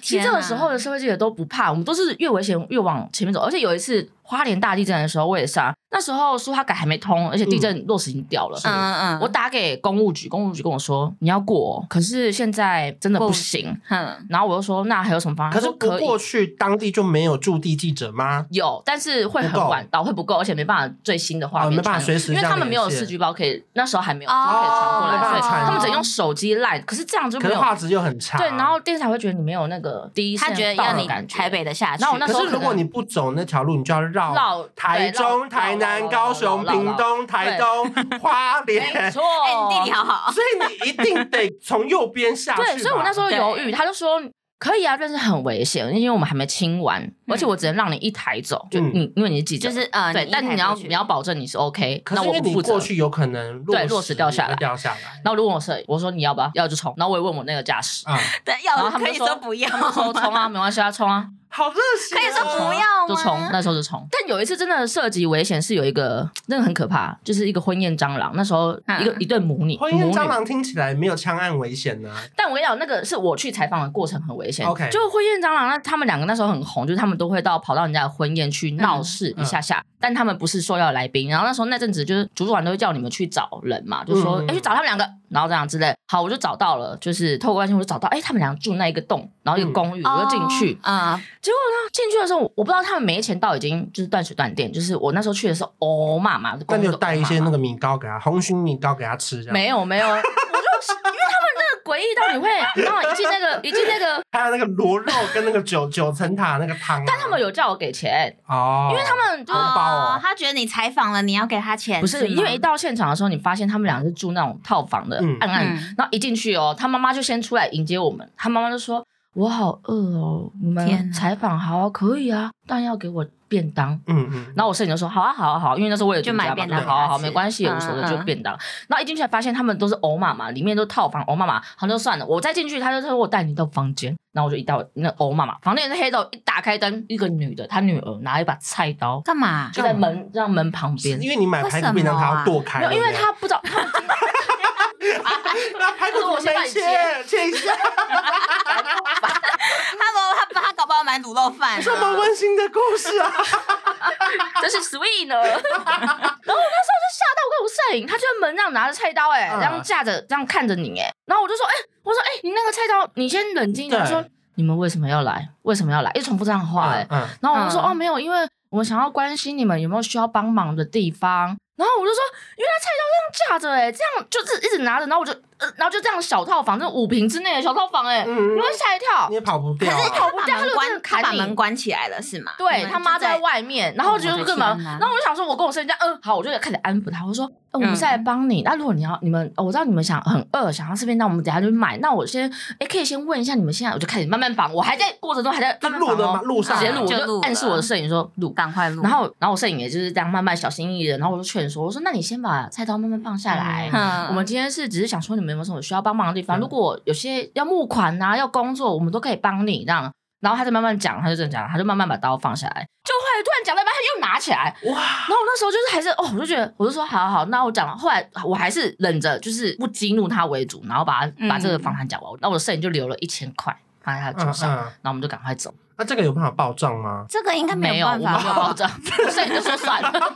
[SPEAKER 1] 其实
[SPEAKER 2] 天
[SPEAKER 1] 这个
[SPEAKER 2] 啊
[SPEAKER 1] 时候的社会记者都不怕，我们都是越危险越往前面走。而且有一次花莲大地震的时候，我也是啊，那时候苏哈改还没通，而且地震落石已经掉了。
[SPEAKER 3] 是
[SPEAKER 2] 嗯嗯，
[SPEAKER 1] 我打给公务局，公务局跟我说你要过哦，可是现在真的不行。
[SPEAKER 2] 嗯
[SPEAKER 1] 然后我又说那还有什么方案？
[SPEAKER 3] 可
[SPEAKER 1] 他
[SPEAKER 3] 是
[SPEAKER 1] 说
[SPEAKER 3] 不
[SPEAKER 1] 可以
[SPEAKER 3] 过去当地就没有驻地记者吗？
[SPEAKER 1] 有，但是会
[SPEAKER 3] 不
[SPEAKER 1] 很
[SPEAKER 3] 够
[SPEAKER 1] 晚到，会不够，而且没办法最新的画
[SPEAKER 3] 哦
[SPEAKER 1] 面
[SPEAKER 3] 没
[SPEAKER 1] 传过、
[SPEAKER 3] 办法随时
[SPEAKER 1] 因为
[SPEAKER 3] 这样
[SPEAKER 1] 他们没有
[SPEAKER 3] 连线
[SPEAKER 1] 四 G 包可以，那时候还没有，
[SPEAKER 2] 哦
[SPEAKER 1] 就可以传过
[SPEAKER 3] 没办
[SPEAKER 1] 来，所
[SPEAKER 3] 法
[SPEAKER 1] 以
[SPEAKER 3] 传
[SPEAKER 1] 他们只能用手机 Line，可是这样就
[SPEAKER 3] 可
[SPEAKER 1] 没
[SPEAKER 3] 是啊
[SPEAKER 1] 有
[SPEAKER 3] 画质又很差。
[SPEAKER 1] 对，然后电视台会觉得你没有那个第一
[SPEAKER 2] 他
[SPEAKER 1] 线
[SPEAKER 2] 觉得
[SPEAKER 1] 报
[SPEAKER 2] 要
[SPEAKER 1] 的
[SPEAKER 2] 你
[SPEAKER 1] 感觉
[SPEAKER 2] 台北的下去，
[SPEAKER 1] 然后我那
[SPEAKER 3] 可
[SPEAKER 1] 时候
[SPEAKER 3] 是如果
[SPEAKER 1] 可能
[SPEAKER 3] 你不走那条路，你就要绕
[SPEAKER 1] 绕
[SPEAKER 3] 哦台中、台南、高雄、屏，东、台东、
[SPEAKER 1] (laughs)
[SPEAKER 3] 花
[SPEAKER 1] 对绕绕绕绕绕绕没
[SPEAKER 3] 莲，
[SPEAKER 1] 错，
[SPEAKER 2] 哎，你弟弟
[SPEAKER 1] (laughs)
[SPEAKER 2] 好好，
[SPEAKER 3] 所以你一定得从右边下去吧。
[SPEAKER 1] 对，所以我那时候犹豫，
[SPEAKER 2] 对
[SPEAKER 1] 他就说。可以啊，但是很危险，因为我们还没清完，而且我只能让你一台走，就
[SPEAKER 3] 嗯
[SPEAKER 1] 你，因为你是记者，
[SPEAKER 2] 嗯就是呃，
[SPEAKER 1] 对，但你
[SPEAKER 2] 你
[SPEAKER 1] 要你要保证你是 OK，
[SPEAKER 3] 可
[SPEAKER 1] 那
[SPEAKER 3] 是因
[SPEAKER 1] 我
[SPEAKER 3] 为
[SPEAKER 1] 不
[SPEAKER 3] 你
[SPEAKER 1] 负责
[SPEAKER 3] 过。去有可能
[SPEAKER 1] 对
[SPEAKER 3] 落
[SPEAKER 1] 落
[SPEAKER 3] 石
[SPEAKER 1] 石掉下来
[SPEAKER 3] 也会掉下来
[SPEAKER 1] 然后如果我摄影，我说你要不要，要就冲。然后我也问我那个驾驶，
[SPEAKER 3] 啊，
[SPEAKER 2] 对，
[SPEAKER 1] 然后
[SPEAKER 2] 要
[SPEAKER 1] 他们
[SPEAKER 2] 可以
[SPEAKER 1] 就
[SPEAKER 2] 说不要，
[SPEAKER 1] 他们说冲啊，没关系啊，冲啊，
[SPEAKER 3] 好热血
[SPEAKER 2] (laughs)
[SPEAKER 3] 哦！
[SPEAKER 2] 可以说不要吗？
[SPEAKER 1] 就冲，那时候就冲。但有一次真的涉及危险，是有一个那个很可怕，就是一个婚宴蟑螂。那时候一个、
[SPEAKER 2] 嗯
[SPEAKER 1] 一对母女，
[SPEAKER 3] 婚姻
[SPEAKER 1] 母
[SPEAKER 3] 蟑
[SPEAKER 1] 女
[SPEAKER 3] 螂听起来没有枪案危险啊呢、
[SPEAKER 1] 但我跟你讲，那个是我去采访的过程很危险。
[SPEAKER 3] OK
[SPEAKER 1] 就婚宴蟑螂，那他们两个那时候很红，就是他们都会到跑到人家的婚宴去闹事
[SPEAKER 3] 嗯
[SPEAKER 1] 一下下，但他们不是受邀的来宾。然后那时候那阵子就是主管都会叫你们去找人嘛，就说
[SPEAKER 3] 嗯
[SPEAKER 1] 哎、诶去找他们两个，然后这样之类。好，我就找到了，就是透过关系我就找到，哎、他们两个住那一个洞，然后一个
[SPEAKER 3] 嗯
[SPEAKER 1] 公寓，我就进去。
[SPEAKER 2] 啊，
[SPEAKER 1] 结果呢，进去的时候我我不知道他们没钱到已经就是断水断电，就是我那时候去的时候，哦妈妈，
[SPEAKER 3] 那你有带一些那
[SPEAKER 1] 个
[SPEAKER 3] 个米糕给他，红鲟米糕给他吃，这样
[SPEAKER 1] 没有没 (laughs) 有，我就是因为他们那个诡异到你会，然后一进那个一进那个，
[SPEAKER 3] 还有那个螺肉跟那个九九层塔那个汤、啊，
[SPEAKER 1] 但他们有叫我给钱，
[SPEAKER 3] 哦，
[SPEAKER 1] 因为他们就
[SPEAKER 3] 红包哦
[SPEAKER 2] 嗯哦，他觉得你采访了，你要给他钱，
[SPEAKER 1] 不是
[SPEAKER 2] 吗
[SPEAKER 1] 因为一到现场的时候，你发现他们俩是住那种套房的
[SPEAKER 3] 嗯
[SPEAKER 1] 暗暗，
[SPEAKER 2] 嗯
[SPEAKER 1] 然后一进去哦，他妈妈就先出来迎接我们，他妈妈就说。我好饿哦！你
[SPEAKER 2] 天
[SPEAKER 1] 们
[SPEAKER 2] 哪
[SPEAKER 1] 采访好啊，可以啊，但要给我便当。
[SPEAKER 3] 嗯嗯，
[SPEAKER 1] 然后我摄影就说好啊好啊好啊，因为那时候我也
[SPEAKER 2] 就
[SPEAKER 1] 独家
[SPEAKER 2] 买
[SPEAKER 1] 嘛
[SPEAKER 2] 便当
[SPEAKER 1] 对好啊好啊，
[SPEAKER 2] 给他
[SPEAKER 1] 没
[SPEAKER 2] 吃
[SPEAKER 1] 关系也无所谓，
[SPEAKER 2] 嗯嗯
[SPEAKER 1] 就便当。然后一进去才发现他们都是欧妈嘛，里面都套房欧妈妈，好那就算了。我再进去，他就说我带你到房间，然后我就一到那欧妈妈房间也是黑的，一打开灯，一个女的，她女儿拿一把菜刀
[SPEAKER 2] 干嘛？
[SPEAKER 1] 就在门让门旁边，
[SPEAKER 3] 因为你买排骨便当，他要剁开
[SPEAKER 1] 没有，啊
[SPEAKER 3] 了，
[SPEAKER 1] 因为
[SPEAKER 3] 对
[SPEAKER 1] 他 (laughs) 不知道，
[SPEAKER 3] 不对 (laughs) 那排骨怎么没切切一下，
[SPEAKER 2] 他说他他搞不好买卤肉饭啊，
[SPEAKER 3] 这么温馨的故事
[SPEAKER 1] (laughs)
[SPEAKER 3] 啊！
[SPEAKER 1] 这是 sweet 呢。然后 (laughs) 我那时候就吓到，我跟我摄影，他就在门上拿着菜刀、哎、
[SPEAKER 3] 嗯
[SPEAKER 1] 这样架着，这样看着你、哎，然后我就说，哎、我说，哎、你那个菜刀，你先冷静一点。
[SPEAKER 3] 对
[SPEAKER 1] 他说，你们为什么要来？为什么要来？一直重复这样的话、哎、
[SPEAKER 3] 嗯嗯，
[SPEAKER 1] 然后我就说、
[SPEAKER 2] 嗯
[SPEAKER 1] 哦，没有，因为我想要关心你们有没有需要帮忙的地方。然后我就说，因为他菜刀这样架着、哎，这样就是一直拿着，然后我就，呃、然后就这样小套房，这五平之内的小套房、哎、
[SPEAKER 3] 嗯
[SPEAKER 1] 你会吓一跳
[SPEAKER 3] 你。也跑不掉啊，
[SPEAKER 1] 跑不
[SPEAKER 2] 他
[SPEAKER 1] 掉，他
[SPEAKER 2] 把
[SPEAKER 1] 就真
[SPEAKER 2] 门
[SPEAKER 1] 的
[SPEAKER 2] 关，他把
[SPEAKER 1] 砍你
[SPEAKER 2] 门。关起来了是吗？你
[SPEAKER 1] 对
[SPEAKER 2] 们
[SPEAKER 1] 他妈
[SPEAKER 2] 就在哦
[SPEAKER 1] 在外面，然后就
[SPEAKER 2] 我的
[SPEAKER 1] 干嘛？
[SPEAKER 2] 天哪
[SPEAKER 1] 然后我就想说，我跟我生家，嗯，好，我就开始安抚他，我说，呃我们
[SPEAKER 2] 嗯
[SPEAKER 1] 是来帮你。那如果你要，你们，哦我知道你们想很饿，想要吃便当，我们等一下就去买。那我先，哎，可以先问一下你们现在，我就开始慢慢绑，我还在过程中还在
[SPEAKER 3] 就
[SPEAKER 1] 慢慢
[SPEAKER 3] 录
[SPEAKER 1] 绑
[SPEAKER 3] 的嘛，
[SPEAKER 1] 哦，
[SPEAKER 3] 路上
[SPEAKER 1] 直接
[SPEAKER 2] 啊
[SPEAKER 1] 录，我
[SPEAKER 2] 就录
[SPEAKER 1] 就
[SPEAKER 2] 了
[SPEAKER 1] 暗示我的摄影说录。
[SPEAKER 2] 赶快录，
[SPEAKER 1] 然后，然后我摄影也就是这样慢慢小心翼翼的，然后我就劝说，我说那你先把菜刀慢慢放下来，
[SPEAKER 2] 嗯
[SPEAKER 1] 我们今天是只是想说你们有没有什么需要帮忙的地
[SPEAKER 3] 嗯
[SPEAKER 1] 方？如果有些要募款呐、要工作，我们都可以帮你这样。然后他就慢慢讲，他就这样讲，他就慢慢把刀放下来，就后来突然讲到一半，他又拿起来。
[SPEAKER 3] 哇，
[SPEAKER 1] 然后我那时候就是还是哦，我就觉得我就说好好好，那我讲了。后来我还是忍着，就是不激怒他为主，然后把他把这个访谈讲完。那、我的摄影就留了一千块放在他的桌上，
[SPEAKER 3] 嗯嗯
[SPEAKER 1] 然后我们就赶快走。
[SPEAKER 3] 那这个有办法报账吗？
[SPEAKER 2] 这个应该
[SPEAKER 1] 没有，
[SPEAKER 2] 有
[SPEAKER 1] 我 (laughs)
[SPEAKER 2] 办
[SPEAKER 1] 没
[SPEAKER 2] 法
[SPEAKER 1] 有报
[SPEAKER 2] 吧？
[SPEAKER 1] 账，不是你就说算了。
[SPEAKER 3] 没有办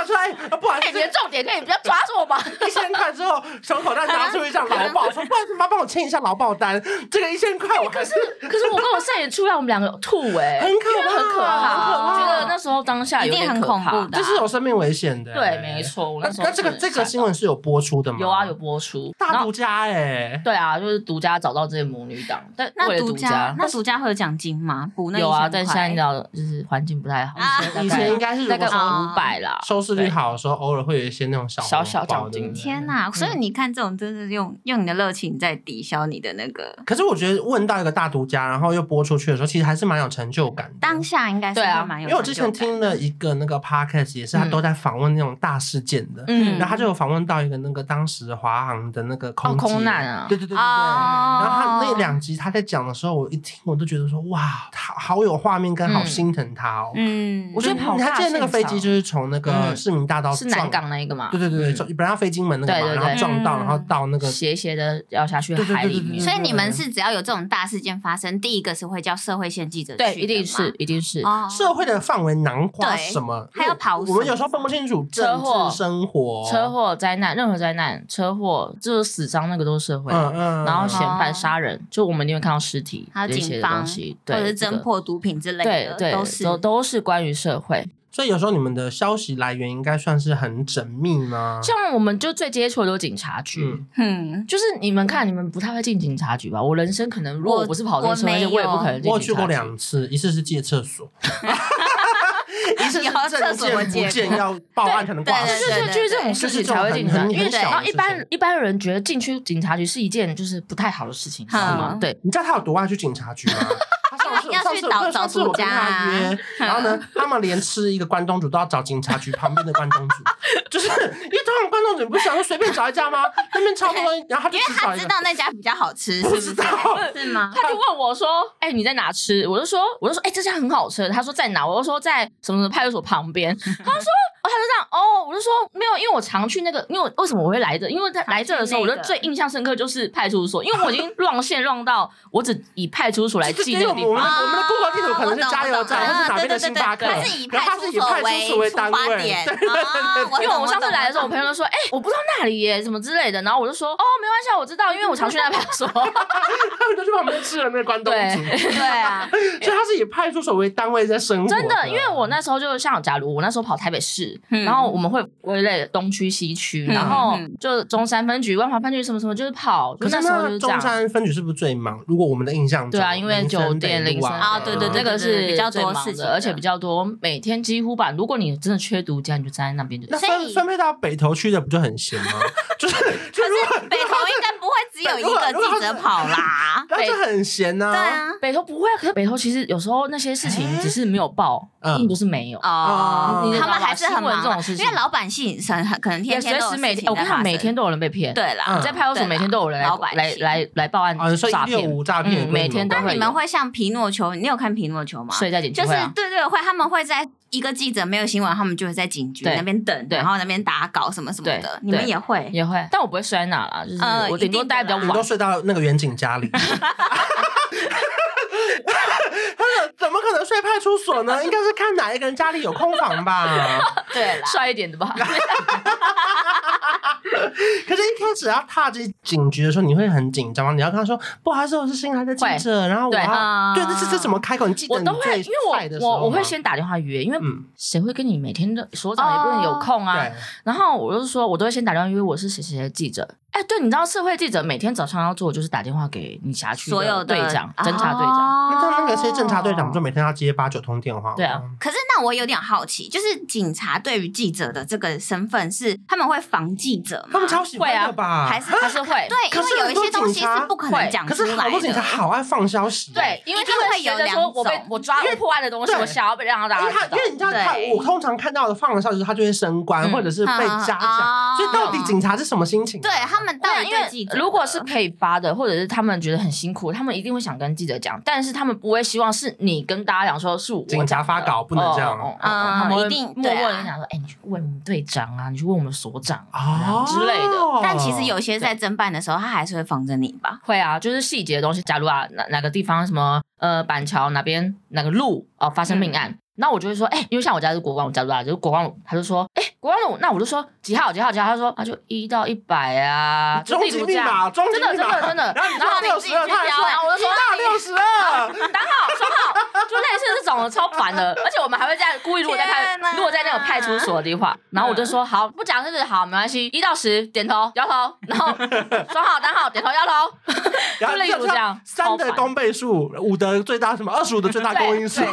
[SPEAKER 3] 法出来，啊不好意
[SPEAKER 1] 哎，你的
[SPEAKER 3] 思，
[SPEAKER 1] 重点可以不要抓住我 (laughs) 吗？
[SPEAKER 3] 一千块之后，小口袋拿出一张劳
[SPEAKER 1] (laughs)
[SPEAKER 3] 保，说不好意思，妈帮我签一下劳保单，这个一千块我
[SPEAKER 1] (laughs)
[SPEAKER 3] 还是
[SPEAKER 1] 可是我跟我摄影出来，我们两个有吐哎，
[SPEAKER 3] 很
[SPEAKER 1] 因
[SPEAKER 3] 可
[SPEAKER 1] 为
[SPEAKER 3] 怕，
[SPEAKER 1] 很可怕，
[SPEAKER 2] 啊很可怕
[SPEAKER 1] 我觉得那时候当下有点
[SPEAKER 2] 一定很
[SPEAKER 1] 可怕
[SPEAKER 2] 恐怖的
[SPEAKER 3] 这是有生命危险的、
[SPEAKER 1] 对，没。错。我
[SPEAKER 3] 那
[SPEAKER 1] 时候
[SPEAKER 3] 那这个
[SPEAKER 1] 真的
[SPEAKER 3] 这
[SPEAKER 1] 很吓
[SPEAKER 3] 个新
[SPEAKER 1] 到
[SPEAKER 3] 闻是有播出的吗？
[SPEAKER 1] 有啊，有播出。然
[SPEAKER 3] 大
[SPEAKER 1] 后
[SPEAKER 3] 独家哎、
[SPEAKER 1] 对啊，就是独家找到这些母女档，但为
[SPEAKER 2] (laughs) 那
[SPEAKER 1] 了
[SPEAKER 2] 独
[SPEAKER 1] 家
[SPEAKER 2] 家，那独家会有奖金吗？补那
[SPEAKER 1] 有啊，
[SPEAKER 2] 1000
[SPEAKER 1] 但现
[SPEAKER 2] 块
[SPEAKER 1] 在你知道，就是环境不太好，
[SPEAKER 2] 啊哦
[SPEAKER 1] 所
[SPEAKER 3] 以
[SPEAKER 1] 大概
[SPEAKER 3] 前应该是
[SPEAKER 1] 大
[SPEAKER 3] 如
[SPEAKER 1] 概
[SPEAKER 3] 果说
[SPEAKER 1] 五百啦，
[SPEAKER 3] 收视率好的时候，偶尔会有一些那种小
[SPEAKER 1] 小小
[SPEAKER 3] 红包
[SPEAKER 1] 奖
[SPEAKER 3] 对
[SPEAKER 1] 金
[SPEAKER 3] 不对
[SPEAKER 2] 天
[SPEAKER 1] 嗯
[SPEAKER 2] 呐！所以你看，这种真是用用你的热情在抵消你的那个
[SPEAKER 3] 可是我觉得问到一个大独家，然后又播出去的时候，其实还是蛮有成就感的。
[SPEAKER 2] 当下，应该是
[SPEAKER 1] 对啊
[SPEAKER 2] 会蛮有
[SPEAKER 3] 因
[SPEAKER 2] 成就感。
[SPEAKER 3] 为我之前听了一个那个 podcast，也是他都在访问那种大事件的，
[SPEAKER 1] 嗯
[SPEAKER 3] 然后他就有访问到一个那个当时华航的那个空
[SPEAKER 1] 哦
[SPEAKER 3] 姐
[SPEAKER 1] 空难啊
[SPEAKER 3] 对对对对对。
[SPEAKER 2] 哦
[SPEAKER 3] 然后他那两集他在讲的时候，我一听我都觉得说哇，他好有画面跟好心疼他哦。
[SPEAKER 2] 嗯，
[SPEAKER 3] 我觉得
[SPEAKER 1] 跑
[SPEAKER 3] 你还
[SPEAKER 1] 大
[SPEAKER 3] 记得那个
[SPEAKER 1] 现
[SPEAKER 3] 飞机
[SPEAKER 1] 场
[SPEAKER 3] 就是从那个
[SPEAKER 1] 嗯
[SPEAKER 3] 市民大道
[SPEAKER 1] 是南
[SPEAKER 3] 撞
[SPEAKER 1] 港那一个嘛？
[SPEAKER 3] 对对对对，撞本来要飞金门那个
[SPEAKER 1] 对
[SPEAKER 3] 嘛，
[SPEAKER 1] 对
[SPEAKER 3] 然后
[SPEAKER 1] 对
[SPEAKER 3] 撞到，
[SPEAKER 2] 嗯
[SPEAKER 3] 然后到那个
[SPEAKER 1] 斜斜的要下去
[SPEAKER 3] 对对
[SPEAKER 1] 海
[SPEAKER 3] 对
[SPEAKER 1] 里
[SPEAKER 3] 对对
[SPEAKER 1] 面，
[SPEAKER 2] 所以你们是只要有这种大事件发生，第一个是会叫社会献祭者去的吗
[SPEAKER 1] 对，一定是一定是。
[SPEAKER 2] 哦，
[SPEAKER 3] 社会的范围囊括
[SPEAKER 2] 对
[SPEAKER 3] 什么？
[SPEAKER 2] 还要跑
[SPEAKER 3] 我
[SPEAKER 2] 什
[SPEAKER 3] 们
[SPEAKER 2] 么
[SPEAKER 3] 有时候分不清楚
[SPEAKER 1] 车
[SPEAKER 3] 政
[SPEAKER 1] 祸
[SPEAKER 3] 治、生活、
[SPEAKER 1] 车，祸、灾难，任何灾难、车祸，就是死伤，那个都是社会的。
[SPEAKER 3] 嗯嗯，
[SPEAKER 1] 然后
[SPEAKER 3] 嗯
[SPEAKER 1] 嫌犯杀人，就我们一定会看到尸体
[SPEAKER 2] 还有
[SPEAKER 1] 这些
[SPEAKER 2] 警
[SPEAKER 1] 的
[SPEAKER 2] 方
[SPEAKER 1] 东西，
[SPEAKER 2] 或
[SPEAKER 1] 对，
[SPEAKER 2] 者是
[SPEAKER 1] 这
[SPEAKER 2] 侦
[SPEAKER 1] 个
[SPEAKER 2] 破毒品之类
[SPEAKER 1] 对
[SPEAKER 2] 的，
[SPEAKER 1] 对，
[SPEAKER 2] 都是
[SPEAKER 1] 都都是关于社会。
[SPEAKER 3] 所以有时候你们的消息来源应该算是很缜密吗？
[SPEAKER 1] 像我们就最接触的就是警察局，
[SPEAKER 3] 嗯，
[SPEAKER 2] 嗯，
[SPEAKER 1] 就是你们看，你们不太会进警察局吧？我人生可能如果
[SPEAKER 2] 我
[SPEAKER 1] 我不是跑这个社会线，
[SPEAKER 2] 我没有
[SPEAKER 1] 我也不可能进警察局。
[SPEAKER 3] 我有去过两次，一次是借厕所， (laughs) 一次是
[SPEAKER 2] 有
[SPEAKER 3] 证
[SPEAKER 2] 厕所我
[SPEAKER 3] 件
[SPEAKER 2] 借
[SPEAKER 3] 不见
[SPEAKER 2] 过
[SPEAKER 3] 要报案，可能挂
[SPEAKER 2] 对
[SPEAKER 1] 就
[SPEAKER 3] 失
[SPEAKER 1] 是
[SPEAKER 2] 对
[SPEAKER 1] 就
[SPEAKER 2] 对
[SPEAKER 1] 是这种事情才会进警察
[SPEAKER 3] 就是
[SPEAKER 1] 局，因
[SPEAKER 3] 这种很
[SPEAKER 1] 为
[SPEAKER 3] 很小的
[SPEAKER 1] 然后一
[SPEAKER 3] 事
[SPEAKER 1] 般一般人觉得进去警察局是一件就是不太好的事情，你知道吗？
[SPEAKER 2] 嗯
[SPEAKER 1] 对，
[SPEAKER 3] 你知道他有多爱去警察局吗？他上
[SPEAKER 1] (laughs)
[SPEAKER 3] 次
[SPEAKER 2] 要
[SPEAKER 3] 上
[SPEAKER 2] 去
[SPEAKER 3] 次
[SPEAKER 2] 找
[SPEAKER 3] 对上次我跟他
[SPEAKER 2] 找
[SPEAKER 3] 约，然后呢，他们连吃一个关东煮都要找警察局旁边的关东煮，就是因为通常关东煮你不想说随便找一家吗？那边超多，然后他就
[SPEAKER 2] 因为
[SPEAKER 3] 只找
[SPEAKER 2] 他
[SPEAKER 3] 一
[SPEAKER 2] 知
[SPEAKER 3] 个，
[SPEAKER 2] 道那家比较好吃，
[SPEAKER 3] 不
[SPEAKER 2] 是
[SPEAKER 3] 知
[SPEAKER 1] (laughs)
[SPEAKER 2] 不
[SPEAKER 3] 道
[SPEAKER 2] 是？ (laughs) 是吗？
[SPEAKER 1] 他就问我说：“哎、你在哪吃？”我就说：“我就说，哎、这家很好吃。”他说：“在哪？”我就说：“在什么什么派出所旁边。”他就说：“哦，他就这样哦。”我就说：“没有，因为我常去那个，因为我为什么我会来这？因为在来这的时候，我
[SPEAKER 2] 常
[SPEAKER 1] 就
[SPEAKER 2] 去那个
[SPEAKER 1] 最印象深刻就是派出所，因为我已
[SPEAKER 2] (laughs)
[SPEAKER 1] 经乱线乱到我只以派出所来
[SPEAKER 3] 这
[SPEAKER 1] 记
[SPEAKER 3] 因
[SPEAKER 1] 那
[SPEAKER 3] 为
[SPEAKER 1] 个
[SPEAKER 3] 我
[SPEAKER 1] 地
[SPEAKER 3] 们我们
[SPEAKER 1] 方。
[SPEAKER 2] 哦
[SPEAKER 3] 我们的 Google 地图可能是加油站，
[SPEAKER 2] 啊
[SPEAKER 3] 或是哪边
[SPEAKER 2] 对对对
[SPEAKER 3] 的星巴克，
[SPEAKER 2] 对对他是以
[SPEAKER 3] 然后他是以派出所
[SPEAKER 2] 为
[SPEAKER 3] 单
[SPEAKER 2] 出发
[SPEAKER 3] 位，
[SPEAKER 2] 点
[SPEAKER 3] 对
[SPEAKER 2] 啊我懂
[SPEAKER 1] 因为我
[SPEAKER 2] 我
[SPEAKER 1] 上次
[SPEAKER 2] 懂
[SPEAKER 1] 来的时候，
[SPEAKER 2] 我
[SPEAKER 1] 我朋友就说：“哎、我不知道那里耶，什么之类的。”然后我就说：“哦，没关系啊，我知道，因为我常去那派出所。
[SPEAKER 3] 他们就去旁边吃了那个关东煮，
[SPEAKER 1] 对
[SPEAKER 2] 对啊， (laughs)
[SPEAKER 3] 所以他是以派出所为单位在生活。
[SPEAKER 1] 真的，因为我那时候就像，假如我那时候跑台北市，
[SPEAKER 2] 嗯
[SPEAKER 1] 然后我们会归类东区、西区，
[SPEAKER 2] 嗯
[SPEAKER 1] 然后就中山分局、万华分局什么什么，就是跑。就
[SPEAKER 3] 可是
[SPEAKER 1] 那时候就
[SPEAKER 3] 那
[SPEAKER 1] 是这
[SPEAKER 3] 中
[SPEAKER 1] 样。
[SPEAKER 3] 山分局是不是最忙？如果我们的印象中，
[SPEAKER 1] 对啊，因为
[SPEAKER 3] 林森
[SPEAKER 1] 酒
[SPEAKER 3] 北
[SPEAKER 1] 店、
[SPEAKER 3] 路
[SPEAKER 1] 零三
[SPEAKER 3] 啊，
[SPEAKER 2] 啊对对对
[SPEAKER 1] 那个
[SPEAKER 2] 对
[SPEAKER 1] 是
[SPEAKER 2] 对比较
[SPEAKER 1] 最
[SPEAKER 2] 多
[SPEAKER 1] 忙
[SPEAKER 2] 事情
[SPEAKER 1] 的，
[SPEAKER 2] 的
[SPEAKER 1] 而且比较多，每天几乎吧。如果你真的缺独家，你就站在那边就。
[SPEAKER 3] 那
[SPEAKER 2] 所
[SPEAKER 3] 分
[SPEAKER 2] 以
[SPEAKER 3] 分配到北投区的不就很闲吗？就是就
[SPEAKER 2] 可
[SPEAKER 3] 如果
[SPEAKER 2] 是北投应该不会只有一个记者跑啦，
[SPEAKER 3] 那就很闲呐、
[SPEAKER 2] 对啊，
[SPEAKER 1] 北投不会啊，可是北投其实有时候那些事情
[SPEAKER 3] 哎
[SPEAKER 1] 只是没有报，
[SPEAKER 3] 嗯
[SPEAKER 1] 并不是没有。
[SPEAKER 2] 哦
[SPEAKER 3] 你，知
[SPEAKER 2] 他
[SPEAKER 3] 道
[SPEAKER 1] 吧
[SPEAKER 2] 们还是很忙
[SPEAKER 1] 新闻这种事
[SPEAKER 2] 啊，
[SPEAKER 1] 情
[SPEAKER 2] 因为老百姓很很可能天
[SPEAKER 1] 也
[SPEAKER 2] 天
[SPEAKER 1] 随
[SPEAKER 2] 都有
[SPEAKER 1] 时每
[SPEAKER 2] 事
[SPEAKER 1] 天，
[SPEAKER 2] 情
[SPEAKER 1] 我跟你
[SPEAKER 2] 在
[SPEAKER 1] 讲，
[SPEAKER 2] 发
[SPEAKER 1] 每天
[SPEAKER 2] 生
[SPEAKER 1] 都有人被骗。
[SPEAKER 2] 对啦，
[SPEAKER 3] 嗯
[SPEAKER 1] 在派出所
[SPEAKER 2] 对啦啊
[SPEAKER 1] 每天都有人来
[SPEAKER 2] 老百
[SPEAKER 1] 来
[SPEAKER 2] 姓
[SPEAKER 1] 来来报案
[SPEAKER 3] 啊，所以
[SPEAKER 1] 诈
[SPEAKER 3] 一六
[SPEAKER 1] 骗，
[SPEAKER 3] 五诈骗
[SPEAKER 1] 嗯每天都
[SPEAKER 3] 有
[SPEAKER 1] 会
[SPEAKER 2] 那
[SPEAKER 3] 规模
[SPEAKER 2] 你们会像皮诺丘，你有看皮诺丘吗？
[SPEAKER 1] 睡在警
[SPEAKER 2] 就
[SPEAKER 1] 局
[SPEAKER 2] 是
[SPEAKER 1] 会啊。
[SPEAKER 2] 对对会，他们会在一个记者没有新闻，他们就会在警局
[SPEAKER 1] 对
[SPEAKER 2] 那边等，
[SPEAKER 1] 对
[SPEAKER 2] 然后那边打稿什么什么
[SPEAKER 1] 对
[SPEAKER 2] 的。你们
[SPEAKER 1] 对
[SPEAKER 2] 也会
[SPEAKER 1] 也会，但我不会摔哪啦，就是
[SPEAKER 2] 呃
[SPEAKER 1] 我顶多
[SPEAKER 2] 一定的
[SPEAKER 1] 待比较
[SPEAKER 2] 啦
[SPEAKER 3] 你都
[SPEAKER 1] 晚。
[SPEAKER 3] 睡到那个远景家里。 (laughs) 他说怎么可能睡派出所
[SPEAKER 1] (laughs)
[SPEAKER 3] 呢？应该是看哪一个人家里有空房吧。
[SPEAKER 2] 对啦，
[SPEAKER 1] 帅一点的吧，
[SPEAKER 3] 可是，一开始要踏进警局的时候，你会很紧张吗？你要跟他说：“不好意思，我是新来的记者。”然后我
[SPEAKER 1] 对
[SPEAKER 3] 要
[SPEAKER 2] 啊
[SPEAKER 3] 对，这这这怎么开口？你记得
[SPEAKER 1] 我
[SPEAKER 3] 你
[SPEAKER 1] 都会，
[SPEAKER 3] 最
[SPEAKER 1] 因
[SPEAKER 3] 帅
[SPEAKER 1] 为
[SPEAKER 3] 的时
[SPEAKER 1] 我
[SPEAKER 3] 候吗
[SPEAKER 1] 我我会先打电话约，因为
[SPEAKER 3] 嗯，
[SPEAKER 1] 谁会跟你每天的所长也不能有
[SPEAKER 2] 哦
[SPEAKER 1] 空啊。
[SPEAKER 3] 对，
[SPEAKER 1] 然后我就说，我都会先打电话约我是谁谁谁的记者。哎，对，你知道社会记者每天早上要做的就是打电话给你辖区
[SPEAKER 2] 所有的
[SPEAKER 1] 队长、侦查队长。
[SPEAKER 3] 那他那个谁侦查队长不
[SPEAKER 2] 哦
[SPEAKER 3] 就每天要接八九通电话吗？
[SPEAKER 1] 对啊，
[SPEAKER 2] 可是，那我有点好奇，就是警察对于记者的这个身份是他们会防记者
[SPEAKER 3] 他
[SPEAKER 2] 吗
[SPEAKER 3] 们？超喜欢的吧？
[SPEAKER 2] 还是
[SPEAKER 1] 他啊是会
[SPEAKER 2] 对，
[SPEAKER 3] 可
[SPEAKER 2] 因
[SPEAKER 3] 是
[SPEAKER 2] 为有一
[SPEAKER 3] 很
[SPEAKER 2] 些
[SPEAKER 3] 多
[SPEAKER 2] 东西
[SPEAKER 3] 警察
[SPEAKER 2] 是不可
[SPEAKER 1] 会
[SPEAKER 2] 能讲
[SPEAKER 3] 可
[SPEAKER 2] 出
[SPEAKER 3] 是好
[SPEAKER 2] 来
[SPEAKER 3] 多警察
[SPEAKER 2] 的。
[SPEAKER 3] 好爱放消息，欸
[SPEAKER 1] 对，，因为
[SPEAKER 2] 一定
[SPEAKER 1] 他们
[SPEAKER 2] 会有
[SPEAKER 1] 觉得说
[SPEAKER 2] 两
[SPEAKER 1] 我被
[SPEAKER 2] 种
[SPEAKER 1] 我抓我破案的东西，
[SPEAKER 3] 对
[SPEAKER 1] 我想要被让大
[SPEAKER 3] 因
[SPEAKER 1] 家
[SPEAKER 3] 为他
[SPEAKER 1] 知道
[SPEAKER 3] 因。为你知道他，
[SPEAKER 2] 对
[SPEAKER 3] 我通常看到的放的消息，他就会升官
[SPEAKER 1] 嗯啊
[SPEAKER 3] 或者是被嘉奖，
[SPEAKER 2] 嗯
[SPEAKER 3] 所以到底警察哦是什么心情啊？
[SPEAKER 2] 对他们到
[SPEAKER 1] 对，
[SPEAKER 2] 底
[SPEAKER 1] 因
[SPEAKER 2] 对记者
[SPEAKER 1] 为
[SPEAKER 2] 的，
[SPEAKER 1] 如果是可以发的，或者是他们觉得很辛苦，他们一定会想跟记者讲，但是他们不会希望是你跟大家讲说是我
[SPEAKER 3] 警察
[SPEAKER 1] 讲的
[SPEAKER 3] 发稿不能这样
[SPEAKER 1] 哦哦哦
[SPEAKER 2] 嗯
[SPEAKER 1] 他们会
[SPEAKER 2] 一定
[SPEAKER 1] 默
[SPEAKER 2] 对
[SPEAKER 1] 默
[SPEAKER 2] 啊
[SPEAKER 1] 的讲说，哎，你去问我们队长啊，你去问我们所长
[SPEAKER 3] 哦
[SPEAKER 1] 啊之类的。
[SPEAKER 2] 但其实有些在侦办的时候，他还是会防着你吧？
[SPEAKER 1] 会啊，就是细节的东西。假如啊，哪哪个地方什么呃板桥哪边哪个路哦、发生
[SPEAKER 2] 嗯
[SPEAKER 1] 命案，那我就会说，哎、因为像我家是国光，我家住大，就是国光路，他就说，哎、国光路，那我就说几号几号几号，他说啊他就一到一百啊，就
[SPEAKER 3] 终
[SPEAKER 1] 例
[SPEAKER 3] 极
[SPEAKER 1] 如
[SPEAKER 3] 密
[SPEAKER 1] 这样
[SPEAKER 3] 码，终极
[SPEAKER 1] 真
[SPEAKER 3] 密
[SPEAKER 1] 的
[SPEAKER 3] 码，
[SPEAKER 1] 真的真的，
[SPEAKER 3] (laughs) 然后你
[SPEAKER 1] 然后
[SPEAKER 3] 说六
[SPEAKER 1] 你自己
[SPEAKER 3] 十二，
[SPEAKER 1] 去
[SPEAKER 3] 他还
[SPEAKER 1] 挑，然后我就
[SPEAKER 3] 说
[SPEAKER 1] 说
[SPEAKER 3] 一到六十二，
[SPEAKER 1] (laughs) 打好说好，就类似这种的超烦的，而且我们还会这样故意，如果在派
[SPEAKER 2] 天哪，
[SPEAKER 1] 如果在那种派出所的话，然后我就说好，不讲日子好，没关系，一到十点头摇头，然后说好打好点头摇头，
[SPEAKER 3] 然后
[SPEAKER 1] 就例如这样
[SPEAKER 3] 三的
[SPEAKER 1] 超烦
[SPEAKER 3] 公倍数，五的最大什么，二十五的最大公因数
[SPEAKER 1] 对，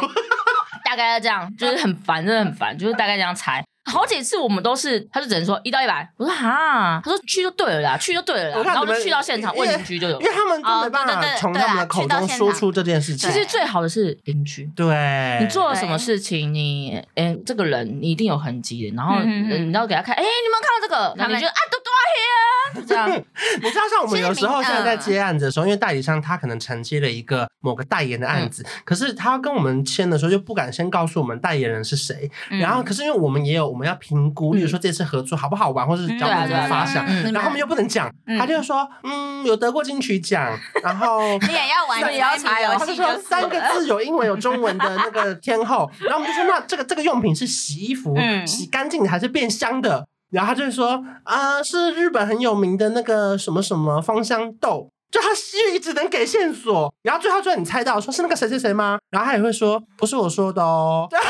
[SPEAKER 1] 大概这样，就是很烦，真的很烦，就是大概这样猜。好几次我们都是，他就只能说一到一百，我说哈，他说去就对了啦，去就对了啦
[SPEAKER 3] 我，
[SPEAKER 1] 然
[SPEAKER 3] 看
[SPEAKER 1] 后
[SPEAKER 3] 你
[SPEAKER 1] 就
[SPEAKER 3] 们
[SPEAKER 1] 去到现场问邻居就有
[SPEAKER 3] 因。为他们都
[SPEAKER 2] 哦
[SPEAKER 3] 没办
[SPEAKER 2] 对对
[SPEAKER 3] 法
[SPEAKER 2] 对
[SPEAKER 3] 从
[SPEAKER 2] 对
[SPEAKER 3] 他们
[SPEAKER 2] 啊
[SPEAKER 3] 的口
[SPEAKER 2] 去到
[SPEAKER 3] 中
[SPEAKER 2] 现
[SPEAKER 3] 说
[SPEAKER 2] 场
[SPEAKER 3] 出这件事情
[SPEAKER 1] 其。实最好的是邻居，
[SPEAKER 3] 对，
[SPEAKER 1] 你做了什么事情，你诶、这个人你一定有痕迹的，然后呃
[SPEAKER 2] 嗯嗯嗯
[SPEAKER 1] 你要给他看，诶，哎你们看到这个，然
[SPEAKER 2] 他
[SPEAKER 1] 后
[SPEAKER 2] 们
[SPEAKER 1] 你就啊
[SPEAKER 2] (laughs)
[SPEAKER 1] 都多黑啊，就这样，
[SPEAKER 3] 你知道，像我们有时候
[SPEAKER 2] 其实
[SPEAKER 3] 现
[SPEAKER 2] 你嗯
[SPEAKER 3] 在在接案子的时候，因为代理商他可能承接了一个某个代言的
[SPEAKER 2] 嗯
[SPEAKER 3] 案子，可是他跟我们签的时候就不敢先告诉我们代言人是谁。
[SPEAKER 2] 嗯
[SPEAKER 3] 然后，可是因为我们也有我们要评估，例如说这次合作好不好玩，或是
[SPEAKER 2] 嗯
[SPEAKER 3] 脚本怎么发想，
[SPEAKER 1] 嗯
[SPEAKER 2] 你
[SPEAKER 3] 然后我们又不能讲，他就说嗯有得过金曲奖，然后
[SPEAKER 2] 啊你也要玩，
[SPEAKER 1] 你也要查游
[SPEAKER 3] 哦他就
[SPEAKER 1] 戏
[SPEAKER 3] 说三个字有英文有中文的那个天后，然后我们就说那这个这个用品是洗衣服，
[SPEAKER 2] 嗯
[SPEAKER 3] 洗干净的还是变香的？然后他就说啊、是日本很有名的那个什么什么芳香豆。就他西语只能给线索，然后最后就你猜到说是那个谁谁谁吗？然后他也会说不是我说的哦。
[SPEAKER 2] 对 (laughs) 对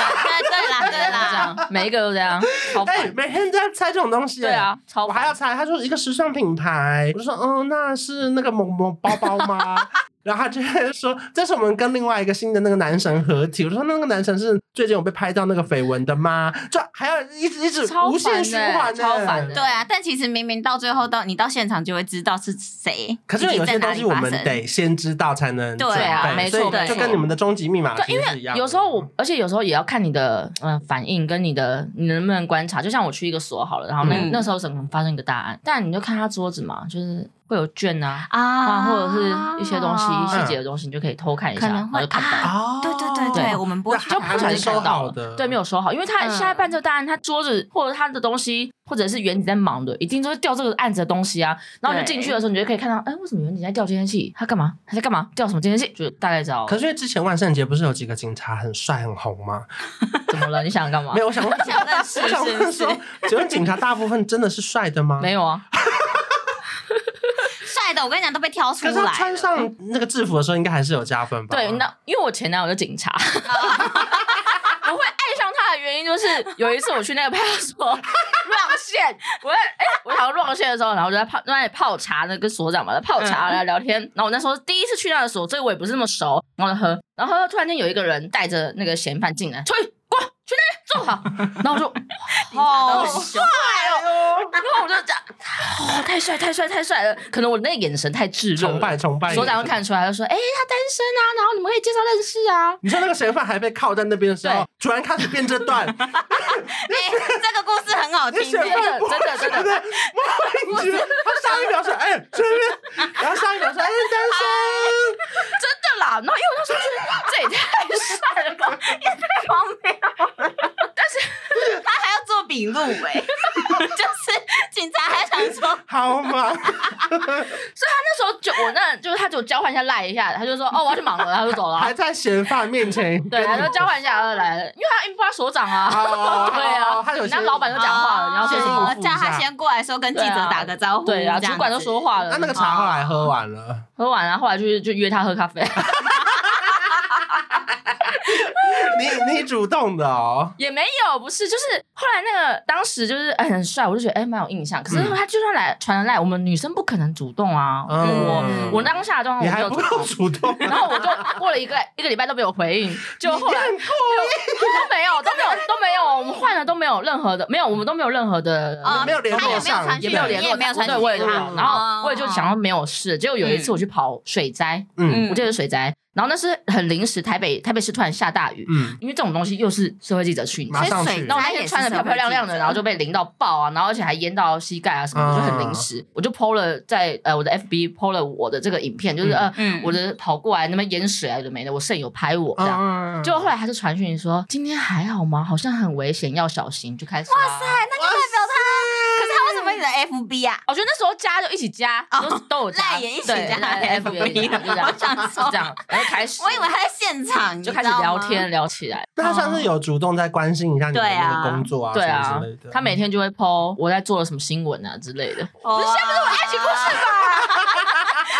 [SPEAKER 2] 啦对
[SPEAKER 1] 对啦，这
[SPEAKER 2] 啦，
[SPEAKER 1] 样，每一个都这样，超
[SPEAKER 3] (laughs) 哎、
[SPEAKER 1] 烦，
[SPEAKER 3] 每天都在猜这种东西、
[SPEAKER 1] 对啊，超
[SPEAKER 3] 我还要
[SPEAKER 1] 烦，
[SPEAKER 3] 猜，他说一个时尚品牌，我就说嗯，那是那个某某包包吗？ (laughs) 然后他就会说，这是我们跟另外一个新的那个男神合体。我就说那个男神是最近有被拍到那个绯闻的吗？就还要一直一直
[SPEAKER 1] 超烦的
[SPEAKER 3] 无限循环、欸
[SPEAKER 1] 超烦的
[SPEAKER 2] 对啊，但其实明明到最后到你到现场就会知道是谁，
[SPEAKER 3] 可是有
[SPEAKER 2] 以及
[SPEAKER 3] 些
[SPEAKER 2] 在哪
[SPEAKER 3] 东
[SPEAKER 2] 里
[SPEAKER 3] 西我
[SPEAKER 2] 发
[SPEAKER 3] 们
[SPEAKER 2] 生
[SPEAKER 3] 得先知道才能
[SPEAKER 2] 对
[SPEAKER 1] 啊
[SPEAKER 3] 准备
[SPEAKER 1] 没错
[SPEAKER 3] 所以
[SPEAKER 2] 没
[SPEAKER 3] 就
[SPEAKER 2] 错
[SPEAKER 3] 跟你们的终极密码
[SPEAKER 1] 对，
[SPEAKER 3] 其
[SPEAKER 1] 因
[SPEAKER 3] 实是一样
[SPEAKER 1] 为
[SPEAKER 3] 的。
[SPEAKER 1] 有时候我，而且有时候也要看你的嗯、呃反应跟你的你能不能观察。就像我去一个所好了，然后那、
[SPEAKER 2] 嗯
[SPEAKER 1] 那时候可能发生一个大案，但你就看他桌子嘛，就是会有卷啊，啊
[SPEAKER 2] 啊，
[SPEAKER 1] 或者是一些东西
[SPEAKER 3] 嗯
[SPEAKER 1] 细节的东西，你就可以偷看一下，
[SPEAKER 2] 可能
[SPEAKER 1] 然后
[SPEAKER 2] 会
[SPEAKER 1] 就看到。
[SPEAKER 2] 啊
[SPEAKER 3] 哦，
[SPEAKER 2] 对对对
[SPEAKER 1] 对
[SPEAKER 2] 对，我们不会
[SPEAKER 3] 就
[SPEAKER 1] 不
[SPEAKER 3] 还
[SPEAKER 1] 小
[SPEAKER 3] 蛮
[SPEAKER 1] 心看
[SPEAKER 3] 收
[SPEAKER 1] 到
[SPEAKER 3] 好
[SPEAKER 1] 了
[SPEAKER 3] 的，
[SPEAKER 1] 对，没有收好，因为他
[SPEAKER 2] 嗯
[SPEAKER 1] 现在办这个大案，他桌子或者他的东西，或者是原你在忙的，一定都是掉这个案子的东西啊。然后你就
[SPEAKER 2] 对
[SPEAKER 1] 进去的时候，你就可以看到，哎，为什么原你在掉监视器？他干嘛？他在干嘛？掉什么监视器？就大概知道
[SPEAKER 3] 可是因为之前万圣节不是有几个警察很帅很红吗？
[SPEAKER 1] 怎么了？你想干嘛
[SPEAKER 3] 没？有，我想问，
[SPEAKER 2] 想认识
[SPEAKER 3] 我想
[SPEAKER 2] 是不
[SPEAKER 3] 问
[SPEAKER 2] 是
[SPEAKER 3] 说，请问警察大部分真的是帅的吗？
[SPEAKER 1] 没有啊，
[SPEAKER 2] 帅的，我跟你讲都被挑出
[SPEAKER 3] 可
[SPEAKER 2] 来
[SPEAKER 3] 是
[SPEAKER 2] 了。
[SPEAKER 3] 他穿上那个制服的时候，应该还是有加分吧？
[SPEAKER 1] 哎对，那因为我前男友是警察，
[SPEAKER 2] 哦
[SPEAKER 1] (laughs) 我会爱上他的原因就是有一次我去那个派出
[SPEAKER 2] (laughs)
[SPEAKER 1] 所乱线，我在哎、我想要乱线的时候，然后我就在泡在那里泡茶，那跟所长嘛在泡茶
[SPEAKER 2] 嗯
[SPEAKER 1] 来聊天。然后我那时候第一次去那个所，所以我也不是那么熟，然后就喝，然后喝到突然间有一个人带着那个嫌犯进来，出去滚去那边坐好，然后我就
[SPEAKER 2] (laughs) 好
[SPEAKER 1] 好哦
[SPEAKER 2] 凶，
[SPEAKER 1] 然后我就这样，哦，太帅太帅太帅了，可能我那个眼神太炙热了，
[SPEAKER 3] 崇拜崇拜。
[SPEAKER 1] 所长会看出来，就说：“哎、他单身啊，然后你们可以介绍认识啊。”
[SPEAKER 3] 你说那个嫌犯还被靠在那边的时候
[SPEAKER 1] 对，
[SPEAKER 3] 突然开始变这
[SPEAKER 1] (laughs)
[SPEAKER 2] 哎，
[SPEAKER 3] 段，
[SPEAKER 2] 这个故事很好听欸
[SPEAKER 3] 嫌
[SPEAKER 2] 耶，
[SPEAKER 3] 犯不会
[SPEAKER 1] 真的真的
[SPEAKER 3] 觉得莫名其妙。他上一秒说哎这边，然后上一秒说哎单
[SPEAKER 1] 真的啦，然后因为我那时候觉得 (laughs) 这也太帅了吧，
[SPEAKER 2] 荒谬了。但是他还要做笔录哎， (laughs) 就是警察还想说
[SPEAKER 3] 身，好嘛？
[SPEAKER 1] 那时候就我那就是他就交换一下赖一下，他就说哦我要去忙了，他就走了
[SPEAKER 3] (laughs) 还。在嫌犯面前跟
[SPEAKER 1] (laughs) 对，
[SPEAKER 3] 你，
[SPEAKER 1] 他就交换一下他就来了，因为他应付他所长啊。
[SPEAKER 3] 哦，
[SPEAKER 1] 对啊，
[SPEAKER 3] 他有些
[SPEAKER 1] 人家老板都讲话了，你要
[SPEAKER 3] 先
[SPEAKER 1] 说什
[SPEAKER 3] 应
[SPEAKER 1] 么？
[SPEAKER 2] 哦
[SPEAKER 3] 付一
[SPEAKER 2] 叫
[SPEAKER 3] 下
[SPEAKER 2] 他先过来说跟记
[SPEAKER 1] 对啊
[SPEAKER 2] 者打个招呼，
[SPEAKER 1] 对啊，
[SPEAKER 2] 这样
[SPEAKER 1] 主管都
[SPEAKER 2] 子
[SPEAKER 1] 说话了。啊
[SPEAKER 3] 那那个茶后来喝完了，
[SPEAKER 1] 喝完啊，后来就是就约他喝咖
[SPEAKER 3] (laughs)
[SPEAKER 1] 啡，
[SPEAKER 3] 你你主动的哦，
[SPEAKER 1] 也没有，不是，就是后来那个当时就是哎很帅，我就觉得哎蛮有印象。可是
[SPEAKER 3] 嗯
[SPEAKER 1] 他就算来传来，我们女生不可能主动啊。
[SPEAKER 3] 嗯，
[SPEAKER 1] 我当下的状况
[SPEAKER 3] 你
[SPEAKER 1] 哦我没
[SPEAKER 3] 还
[SPEAKER 1] 有
[SPEAKER 3] 不
[SPEAKER 1] 主动
[SPEAKER 3] 够主动，啊
[SPEAKER 1] 然后我就过了一个一个礼拜都没有回应，就后来
[SPEAKER 3] 你
[SPEAKER 1] 都
[SPEAKER 3] 很酷
[SPEAKER 1] 没有都没有都没有，我们换了都没有任何的，没有我们都没有任何的。
[SPEAKER 2] 哦
[SPEAKER 3] 没有联
[SPEAKER 2] 他
[SPEAKER 3] 络
[SPEAKER 2] 也没有
[SPEAKER 3] 上
[SPEAKER 2] 传
[SPEAKER 1] 也
[SPEAKER 2] 讯
[SPEAKER 1] 没有
[SPEAKER 2] 息
[SPEAKER 1] 联
[SPEAKER 2] 你
[SPEAKER 1] 络，
[SPEAKER 2] 也没有传
[SPEAKER 1] 对，
[SPEAKER 2] 讯哦
[SPEAKER 1] 我也
[SPEAKER 2] 息
[SPEAKER 1] 是
[SPEAKER 2] 给
[SPEAKER 3] 他
[SPEAKER 2] 我
[SPEAKER 1] 然后我也就想到没有事。结果有一次我去跑水灾，
[SPEAKER 3] 嗯
[SPEAKER 1] 我记得是水灾，然后那是很临时，台北台北市突然下大雨，
[SPEAKER 3] 嗯。
[SPEAKER 1] 因为这种东西又是社会记者去，你知道吗
[SPEAKER 2] 所以
[SPEAKER 3] 马上
[SPEAKER 2] 水
[SPEAKER 3] 去
[SPEAKER 1] 然后
[SPEAKER 2] 灾
[SPEAKER 1] 那
[SPEAKER 2] 也
[SPEAKER 1] 天
[SPEAKER 2] 是
[SPEAKER 1] 穿的漂漂亮亮的，然后就被淋到爆啊，然后而且还淹到膝盖啊什么的，就很
[SPEAKER 3] 嗯
[SPEAKER 1] 临时。我就 PO 了在呃我的 FB PO 了我的这个影片，就是呃
[SPEAKER 2] 嗯
[SPEAKER 1] 我的跑过来那边淹水啊有的没的，我摄影有拍我这样。
[SPEAKER 3] 嗯
[SPEAKER 1] 结果后来他就传讯说今天还好吗？好像很危险，要小心。就开始哇塞，啊
[SPEAKER 2] 啊那就代表他。可是他为什么你的 FB 啊，
[SPEAKER 1] 我觉得那时候加哦就一起加，
[SPEAKER 2] 哦
[SPEAKER 1] 都都有加，
[SPEAKER 2] 赖也一起
[SPEAKER 1] 对
[SPEAKER 2] 加
[SPEAKER 1] 赖 F 也一起加，就这
[SPEAKER 2] 啊我
[SPEAKER 1] 样，
[SPEAKER 2] 想说
[SPEAKER 1] 就这样，然后开始，
[SPEAKER 2] 我以为他在现场，
[SPEAKER 1] 就
[SPEAKER 2] 你
[SPEAKER 1] 开始
[SPEAKER 2] 知道
[SPEAKER 1] 聊
[SPEAKER 2] 吗。
[SPEAKER 1] 天聊起来，
[SPEAKER 3] 那他算是有主动在关心一下你的
[SPEAKER 2] 对啊
[SPEAKER 3] 那个工作啊，
[SPEAKER 1] 对
[SPEAKER 3] 什
[SPEAKER 1] 啊
[SPEAKER 3] 么之类的。，
[SPEAKER 1] 他每天就会 PO 我在做了什么新闻啊之类的，
[SPEAKER 2] 不是，不是我爱情故事吧？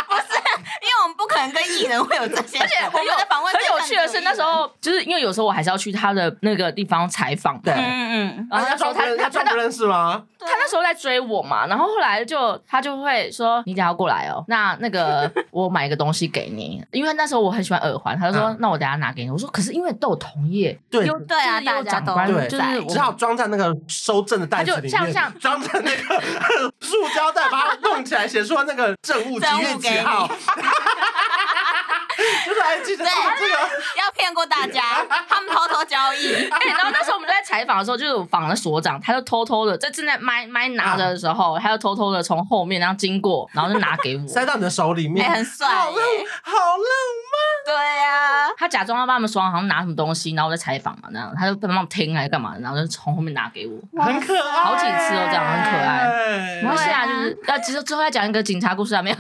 [SPEAKER 2] 哦 (laughs) 不是，因为我们不可能跟艺人会有这些，
[SPEAKER 1] 而且
[SPEAKER 2] 我
[SPEAKER 1] 很有
[SPEAKER 2] 们的访问
[SPEAKER 1] 很有趣的是，那时，候就是因为有时候我还是要去他的那个地方采访，
[SPEAKER 3] 对
[SPEAKER 2] 嗯嗯，
[SPEAKER 1] 然后
[SPEAKER 3] 啊他
[SPEAKER 1] 那时候
[SPEAKER 3] 装
[SPEAKER 1] 哦他
[SPEAKER 3] 不认
[SPEAKER 1] 他
[SPEAKER 3] 他
[SPEAKER 1] 他
[SPEAKER 3] 装不认识吗？
[SPEAKER 1] 他那时候在追我嘛，然后后来就他就会说：“你等一下要过来哦，那那个我买一个东西给你，因为那时候我很喜欢耳环。”他就说：“
[SPEAKER 3] 嗯
[SPEAKER 1] 那我等一下拿给你。”我说：“可是因为都有同业，
[SPEAKER 3] 对
[SPEAKER 1] 又
[SPEAKER 2] 对啊
[SPEAKER 1] 就是又有
[SPEAKER 2] 大家
[SPEAKER 1] 长
[SPEAKER 2] 都
[SPEAKER 1] 官
[SPEAKER 3] 对
[SPEAKER 1] 就是我
[SPEAKER 3] 只好装在那个收证的袋子里面，
[SPEAKER 1] 他就像像
[SPEAKER 3] (laughs) 装在那个 (laughs) 塑胶袋，把它弄起来，写说那个证物几
[SPEAKER 2] 证物
[SPEAKER 3] 月
[SPEAKER 2] 给
[SPEAKER 3] 几
[SPEAKER 2] 你
[SPEAKER 3] 号。 (laughs) 就是哎，记得
[SPEAKER 2] 对
[SPEAKER 3] 哦这个
[SPEAKER 2] 要骗过
[SPEAKER 1] (laughs)
[SPEAKER 2] 大家，他们偷偷交
[SPEAKER 1] (laughs)
[SPEAKER 2] 易，
[SPEAKER 1] 哎、然后那时候我们就在采访的时候，就是我访了所长，他就偷偷的在正在麦麦拿着的时候，他就偷偷的从后面然后经过，然后就拿给
[SPEAKER 3] (laughs)
[SPEAKER 1] 我。
[SPEAKER 3] 塞到你的手里面
[SPEAKER 2] 哎，，很帅
[SPEAKER 3] 好浪
[SPEAKER 2] 耶，
[SPEAKER 3] 好浪
[SPEAKER 2] 对啊呀，
[SPEAKER 1] 他假装要帮他们说好像拿什么东西，然后我在采访嘛，那样他就帮他们听还是干嘛的，然后就从后面拿给我。
[SPEAKER 3] 漫，很可爱，
[SPEAKER 1] 好几次哦这样很可
[SPEAKER 3] 爱
[SPEAKER 1] 没关系啊，
[SPEAKER 2] 对
[SPEAKER 1] 就
[SPEAKER 2] 啊
[SPEAKER 1] 是要其实最后要讲一个警察故事啊，没有？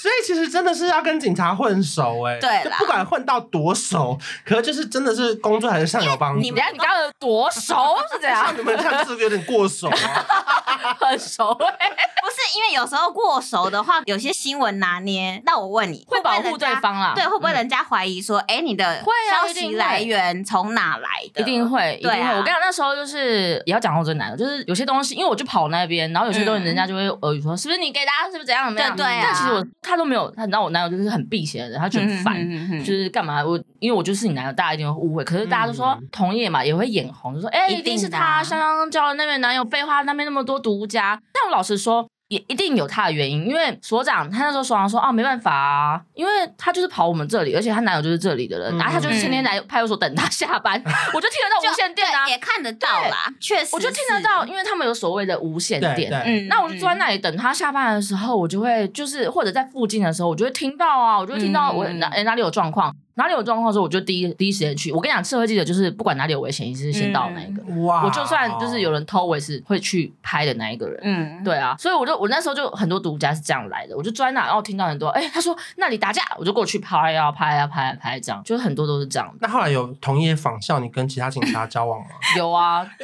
[SPEAKER 3] 所以其实真的是要跟警察混熟哎、
[SPEAKER 2] 对
[SPEAKER 3] 就
[SPEAKER 2] 啦
[SPEAKER 3] 不管混到多熟，可是就是真的是工作还是上有帮助。
[SPEAKER 2] 因为你
[SPEAKER 1] 等 (laughs)
[SPEAKER 2] 们
[SPEAKER 1] 一下
[SPEAKER 2] 啊
[SPEAKER 1] 你刚刚有多
[SPEAKER 2] (laughs)
[SPEAKER 1] 熟是怎样
[SPEAKER 3] 像？ (laughs) 你们这样是不是有点过熟啊？
[SPEAKER 1] (laughs) 很熟哎、
[SPEAKER 2] 不是因为有时候过熟的话，有些新闻拿捏。那我问你，
[SPEAKER 1] 会
[SPEAKER 2] 不会
[SPEAKER 1] 保
[SPEAKER 2] 人
[SPEAKER 1] 护
[SPEAKER 2] 家
[SPEAKER 1] 对方啦，
[SPEAKER 2] 对，会不会
[SPEAKER 1] 嗯
[SPEAKER 2] 人家怀疑说，哎、你的
[SPEAKER 1] 会啊
[SPEAKER 2] 消
[SPEAKER 1] 一定
[SPEAKER 2] 息
[SPEAKER 1] 会
[SPEAKER 2] 来源从哪来的？
[SPEAKER 1] 一定会，一定
[SPEAKER 2] 对
[SPEAKER 1] 会。
[SPEAKER 2] 啊
[SPEAKER 1] 我跟你讲，那时候就是也要讲到真难，就是有些东西，因为我就跑那边，然后有些东西
[SPEAKER 2] 嗯
[SPEAKER 1] 人家就会耳语说，是不是你给大家是不是怎样怎么样？
[SPEAKER 2] 对对啊
[SPEAKER 1] 但其实我他都没有，他你知道我男友就是很避嫌的人，他就很烦。
[SPEAKER 2] 嗯
[SPEAKER 1] 就是干嘛？我因为我就是你男友，大家一定会误会。可是大家都说
[SPEAKER 3] 嗯
[SPEAKER 1] 同业嘛，也会眼红，就说哎、
[SPEAKER 2] 一定
[SPEAKER 1] 一定是
[SPEAKER 2] 的啊
[SPEAKER 1] 他香香交了那边男友，废话那边那么多独家。但我老实说，也一定有他的原因，因为所长他那时候所长说啊，没办法啊，因为他就是跑我们这里，而且她男友就是这里的人，
[SPEAKER 3] 嗯
[SPEAKER 1] 然后他就是天天来派出所等他下班， (laughs) 我就听得到无线电啊
[SPEAKER 2] 对，也嗯看得到啦，确实，
[SPEAKER 1] 我就听得到，，因为他们有所谓的无线
[SPEAKER 3] 对
[SPEAKER 1] 电，
[SPEAKER 3] 对，
[SPEAKER 2] 嗯
[SPEAKER 1] 那我就坐在那里等他下班的时候，我就会就是或者在附近的时候，我就会听到啊，我就会听到我
[SPEAKER 2] 嗯
[SPEAKER 1] 哪、诶哪里有状况，哪里有状况的时候，我就第一第一时间去。我跟你讲，社会记者就是不管哪里有危险，一定是先到那一个。
[SPEAKER 3] 嗯哇哦
[SPEAKER 1] 我就算就是有人偷，我也是会去拍的那一个人。
[SPEAKER 2] 嗯，
[SPEAKER 1] 对啊，所以我就我那时候就很多独家是这样来的，我就坐在那，然后听到很多，哎、他说那里打架，我就过去拍啊拍啊拍啊拍，这样就是很多都是这样的。
[SPEAKER 3] 那后来有同业仿效你跟其他警察交往吗？
[SPEAKER 1] 有啊，
[SPEAKER 3] (laughs)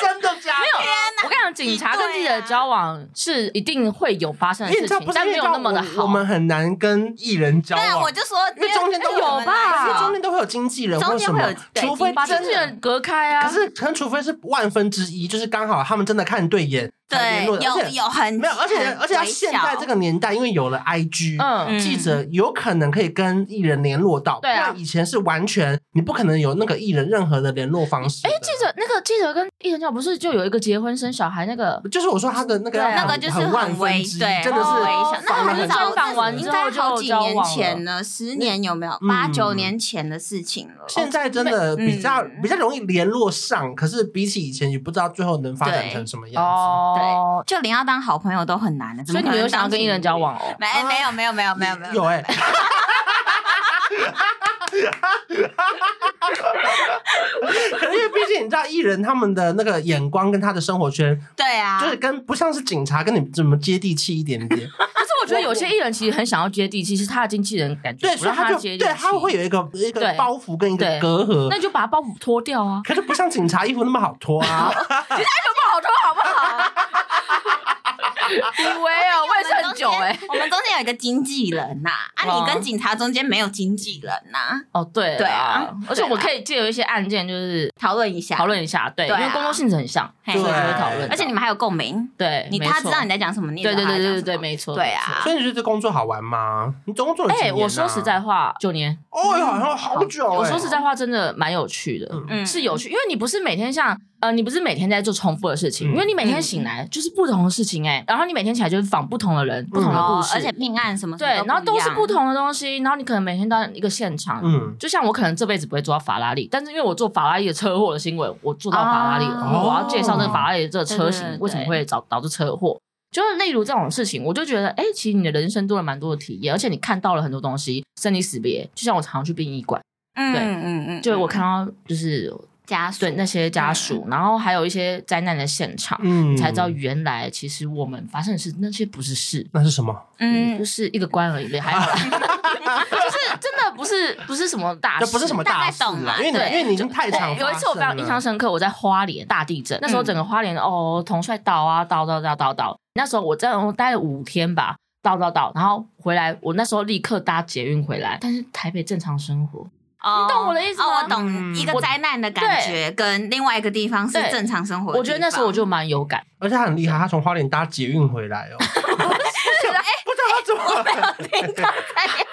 [SPEAKER 3] 真的假的？
[SPEAKER 1] 我跟你讲，警察跟记者的交往是一定会有发生的
[SPEAKER 3] 啊因为
[SPEAKER 1] 事
[SPEAKER 3] 你知道
[SPEAKER 1] 情
[SPEAKER 3] 不，是
[SPEAKER 1] 但没有那么的
[SPEAKER 3] 因为你知道
[SPEAKER 1] 好。啊
[SPEAKER 3] 我我们很难跟艺人交
[SPEAKER 2] 对啊，
[SPEAKER 3] 往，
[SPEAKER 2] 我就说，
[SPEAKER 3] 因为中间都
[SPEAKER 2] 因为
[SPEAKER 3] 有
[SPEAKER 2] 我们
[SPEAKER 1] 吧
[SPEAKER 2] 来
[SPEAKER 3] 因为
[SPEAKER 1] 啊
[SPEAKER 3] 中间都会有经纪人
[SPEAKER 2] 中
[SPEAKER 3] 或
[SPEAKER 2] 间
[SPEAKER 3] 什
[SPEAKER 2] 会
[SPEAKER 3] 么
[SPEAKER 2] 有，对
[SPEAKER 3] 除非
[SPEAKER 1] 把经
[SPEAKER 3] 真
[SPEAKER 1] 纪
[SPEAKER 3] 的
[SPEAKER 1] 人。隔开啊！
[SPEAKER 3] 可是，可能除非是万分之一，就是刚好他们真的看对眼，才
[SPEAKER 2] 对，
[SPEAKER 3] 联络的而
[SPEAKER 2] 有
[SPEAKER 3] 且
[SPEAKER 2] 有很
[SPEAKER 3] 没有，而且
[SPEAKER 2] 很
[SPEAKER 3] 而且要
[SPEAKER 2] 微
[SPEAKER 3] 现
[SPEAKER 2] 小
[SPEAKER 3] 在这个年代，因为有了 IG，、
[SPEAKER 1] 嗯，
[SPEAKER 2] 嗯
[SPEAKER 3] 记者有可能可以跟艺人联络到，
[SPEAKER 1] 对啊
[SPEAKER 3] 不然以前是完全你不可能有那个艺人任何的联络方式。哎、
[SPEAKER 1] 记者那个记者跟艺人讲，不是就有一个结婚生小孩那个？
[SPEAKER 3] 就是我说他的那个
[SPEAKER 1] 对啊
[SPEAKER 3] 要
[SPEAKER 2] 那
[SPEAKER 3] 很
[SPEAKER 2] 个就是
[SPEAKER 3] 很万
[SPEAKER 2] 很微
[SPEAKER 3] 分之，一
[SPEAKER 2] 对，
[SPEAKER 3] 真的是
[SPEAKER 2] 很微
[SPEAKER 1] 哦
[SPEAKER 2] 小。那
[SPEAKER 3] 防得
[SPEAKER 2] 很
[SPEAKER 3] 很
[SPEAKER 2] 早，
[SPEAKER 1] 专访完
[SPEAKER 2] 那
[SPEAKER 1] 之
[SPEAKER 2] 应
[SPEAKER 1] 后
[SPEAKER 2] 该
[SPEAKER 1] 就
[SPEAKER 2] 好几
[SPEAKER 1] 交往
[SPEAKER 2] 年
[SPEAKER 1] 了
[SPEAKER 2] 前了，十年有没有？八九
[SPEAKER 3] 嗯
[SPEAKER 2] 年前的事情了。
[SPEAKER 3] 现在真的
[SPEAKER 2] 嗯
[SPEAKER 3] 比较、比较容易联络上，可是比起以前，也不知道最后能发展成什么样子。
[SPEAKER 1] 哦，
[SPEAKER 2] 就连要当好朋友都很难的，怎
[SPEAKER 1] 所
[SPEAKER 2] 么
[SPEAKER 1] 以你
[SPEAKER 2] 可
[SPEAKER 1] 没
[SPEAKER 2] 能
[SPEAKER 1] 有想要
[SPEAKER 2] 当
[SPEAKER 1] 跟艺人
[SPEAKER 2] 情
[SPEAKER 1] 交
[SPEAKER 2] 侣？
[SPEAKER 1] 往哦？
[SPEAKER 2] 没哎没有没有没有没有没有
[SPEAKER 3] 有哎、 (laughs) 可是因为毕竟你知道，艺人他们的那个眼光跟他的生活圈，
[SPEAKER 2] 对啊，
[SPEAKER 3] 就是跟不像是警察，跟你怎么接地气一点
[SPEAKER 1] (laughs)
[SPEAKER 3] 点。
[SPEAKER 1] 可是我觉得有些艺人其实很想要接地气，是他的经纪人感觉
[SPEAKER 3] 对，
[SPEAKER 1] 不
[SPEAKER 3] 所
[SPEAKER 1] 让
[SPEAKER 3] 以他就
[SPEAKER 1] 接
[SPEAKER 3] 对
[SPEAKER 1] 地气，
[SPEAKER 3] 他会有一个一个
[SPEAKER 1] 对
[SPEAKER 3] 包袱跟一个
[SPEAKER 1] 对
[SPEAKER 3] 隔阂，
[SPEAKER 1] 那。你就把他包袱脱掉啊
[SPEAKER 3] 可是不像警察衣服那么好脱
[SPEAKER 1] (laughs)
[SPEAKER 3] 啊！
[SPEAKER 1] 不好脱好不好？ (laughs) 以为哦，我也是很久哎。
[SPEAKER 2] (laughs) 我们中间有一个经纪人呐、啊，
[SPEAKER 1] 哇
[SPEAKER 2] 你跟警察中间没有经纪人呐、
[SPEAKER 1] 哦，对
[SPEAKER 2] 对
[SPEAKER 1] 啊
[SPEAKER 2] 啊，
[SPEAKER 1] 而且我们可以借由一些案件，就是
[SPEAKER 2] 讨论一下，
[SPEAKER 1] 讨，论一下，对，因
[SPEAKER 2] 对啊
[SPEAKER 1] 为工作性质很像，
[SPEAKER 2] 嘿
[SPEAKER 1] 所以就会讨论
[SPEAKER 3] 对
[SPEAKER 1] 到。
[SPEAKER 2] 而且你们还有共鸣，
[SPEAKER 1] 对，
[SPEAKER 2] 你
[SPEAKER 1] 没
[SPEAKER 2] 他
[SPEAKER 1] 错
[SPEAKER 2] 知道你在讲什么，你也
[SPEAKER 1] 对
[SPEAKER 2] 知
[SPEAKER 1] 对
[SPEAKER 2] 道他
[SPEAKER 1] 对
[SPEAKER 2] 在
[SPEAKER 1] 对
[SPEAKER 2] 讲
[SPEAKER 1] 对
[SPEAKER 2] 什
[SPEAKER 1] 对，
[SPEAKER 2] 么
[SPEAKER 1] 没错，
[SPEAKER 2] 对啊
[SPEAKER 3] 所以你觉得这工作好玩吗？你总共做了
[SPEAKER 1] 没
[SPEAKER 3] 几
[SPEAKER 1] 错。哎，
[SPEAKER 3] 年、啊？
[SPEAKER 1] 我说实，在话，九年。
[SPEAKER 3] 哦哟，好像好久、哎
[SPEAKER 1] 我说实在，话，真的蛮有趣的，
[SPEAKER 3] 嗯
[SPEAKER 2] 嗯
[SPEAKER 1] 是有趣，因为你不是每天像呃，你不是每天在做重复的事情，
[SPEAKER 3] 嗯
[SPEAKER 1] 因为你每天醒来就是不同的事情哎、然后你每天起来就是仿不同的人、不同
[SPEAKER 3] 嗯
[SPEAKER 1] 的故
[SPEAKER 2] 哦
[SPEAKER 1] 事，，
[SPEAKER 2] 而且命案什么什
[SPEAKER 1] 对
[SPEAKER 2] 么，
[SPEAKER 1] 然后都
[SPEAKER 2] 一
[SPEAKER 1] 是
[SPEAKER 2] 样
[SPEAKER 1] 不，同的东西，然后你可能每天到一个现场。
[SPEAKER 3] 嗯，
[SPEAKER 1] 就像我可能这辈子不会做到法拉利，但是因为我做法拉利的车祸的新闻，我做到法拉利了。
[SPEAKER 2] 哦
[SPEAKER 1] 我要介绍这个法拉利的这个车型
[SPEAKER 2] 对对对
[SPEAKER 1] 为什么会导导致车祸，就是例如这种事情，我就觉得，哎、其实你的人生多了蛮多的体验，而且你看到了很多东西，生离死别。就像我常常去殡仪馆，
[SPEAKER 2] 嗯
[SPEAKER 1] 对
[SPEAKER 2] 嗯嗯，
[SPEAKER 1] 就我
[SPEAKER 2] 嗯
[SPEAKER 1] 看到就是
[SPEAKER 2] 家属
[SPEAKER 1] 对那些家属，然后还有一些灾难的现场，
[SPEAKER 3] 嗯，
[SPEAKER 1] 才知道原来其实我们发生的是那些不是事，
[SPEAKER 3] 那是什么？
[SPEAKER 1] 嗯，
[SPEAKER 2] 嗯
[SPEAKER 1] 就，是一个关而已，还好啦， (laughs) 就是真的不是不啊是什么大事，
[SPEAKER 3] 那不是什么
[SPEAKER 2] 大概
[SPEAKER 3] 事
[SPEAKER 2] 懂
[SPEAKER 3] 啦，
[SPEAKER 2] 啦
[SPEAKER 3] 因为你
[SPEAKER 1] 对
[SPEAKER 3] 因为你已经太长。
[SPEAKER 1] 有一次我非常印象，深刻，我在花莲大地震，那时候整个花莲哦，统帅倒啊，倒倒倒倒倒。那时候我在我待了五天吧，倒倒倒，然后回来，我那时候立刻搭捷运回来，但是台北正常生活，
[SPEAKER 2] 哦
[SPEAKER 1] 你懂我的意思吗
[SPEAKER 2] 哦，我
[SPEAKER 3] 嗯
[SPEAKER 2] 懂一个灾难的感觉，跟另外一个地方是
[SPEAKER 1] 对
[SPEAKER 2] 正常生活的地方。
[SPEAKER 1] 我觉得那时候我就蛮有感。
[SPEAKER 3] 而且他很厉害，他从花莲搭捷运回来哦。不知道他怎么，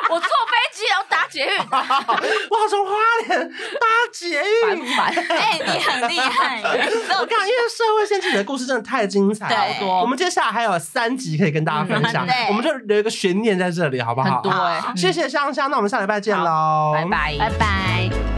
[SPEAKER 1] 我坐飞机然后搭捷 (laughs) 运，
[SPEAKER 3] 哇，从花莲搭捷
[SPEAKER 1] 烦
[SPEAKER 3] 运
[SPEAKER 1] 不。烦？(laughs)
[SPEAKER 2] (laughs) 哎，你很厉害，
[SPEAKER 3] 我看，因为社会掀起你的故事真的太精彩了。
[SPEAKER 2] 对
[SPEAKER 1] 多
[SPEAKER 3] 我们接下来还有三集可以跟大家分享
[SPEAKER 2] 嗯对，
[SPEAKER 3] 我们就留一个悬念在这里，好不好？
[SPEAKER 1] 很多哎、
[SPEAKER 3] 谢谢香香，那我们下礼拜见喽，
[SPEAKER 1] 拜拜。
[SPEAKER 2] 拜拜。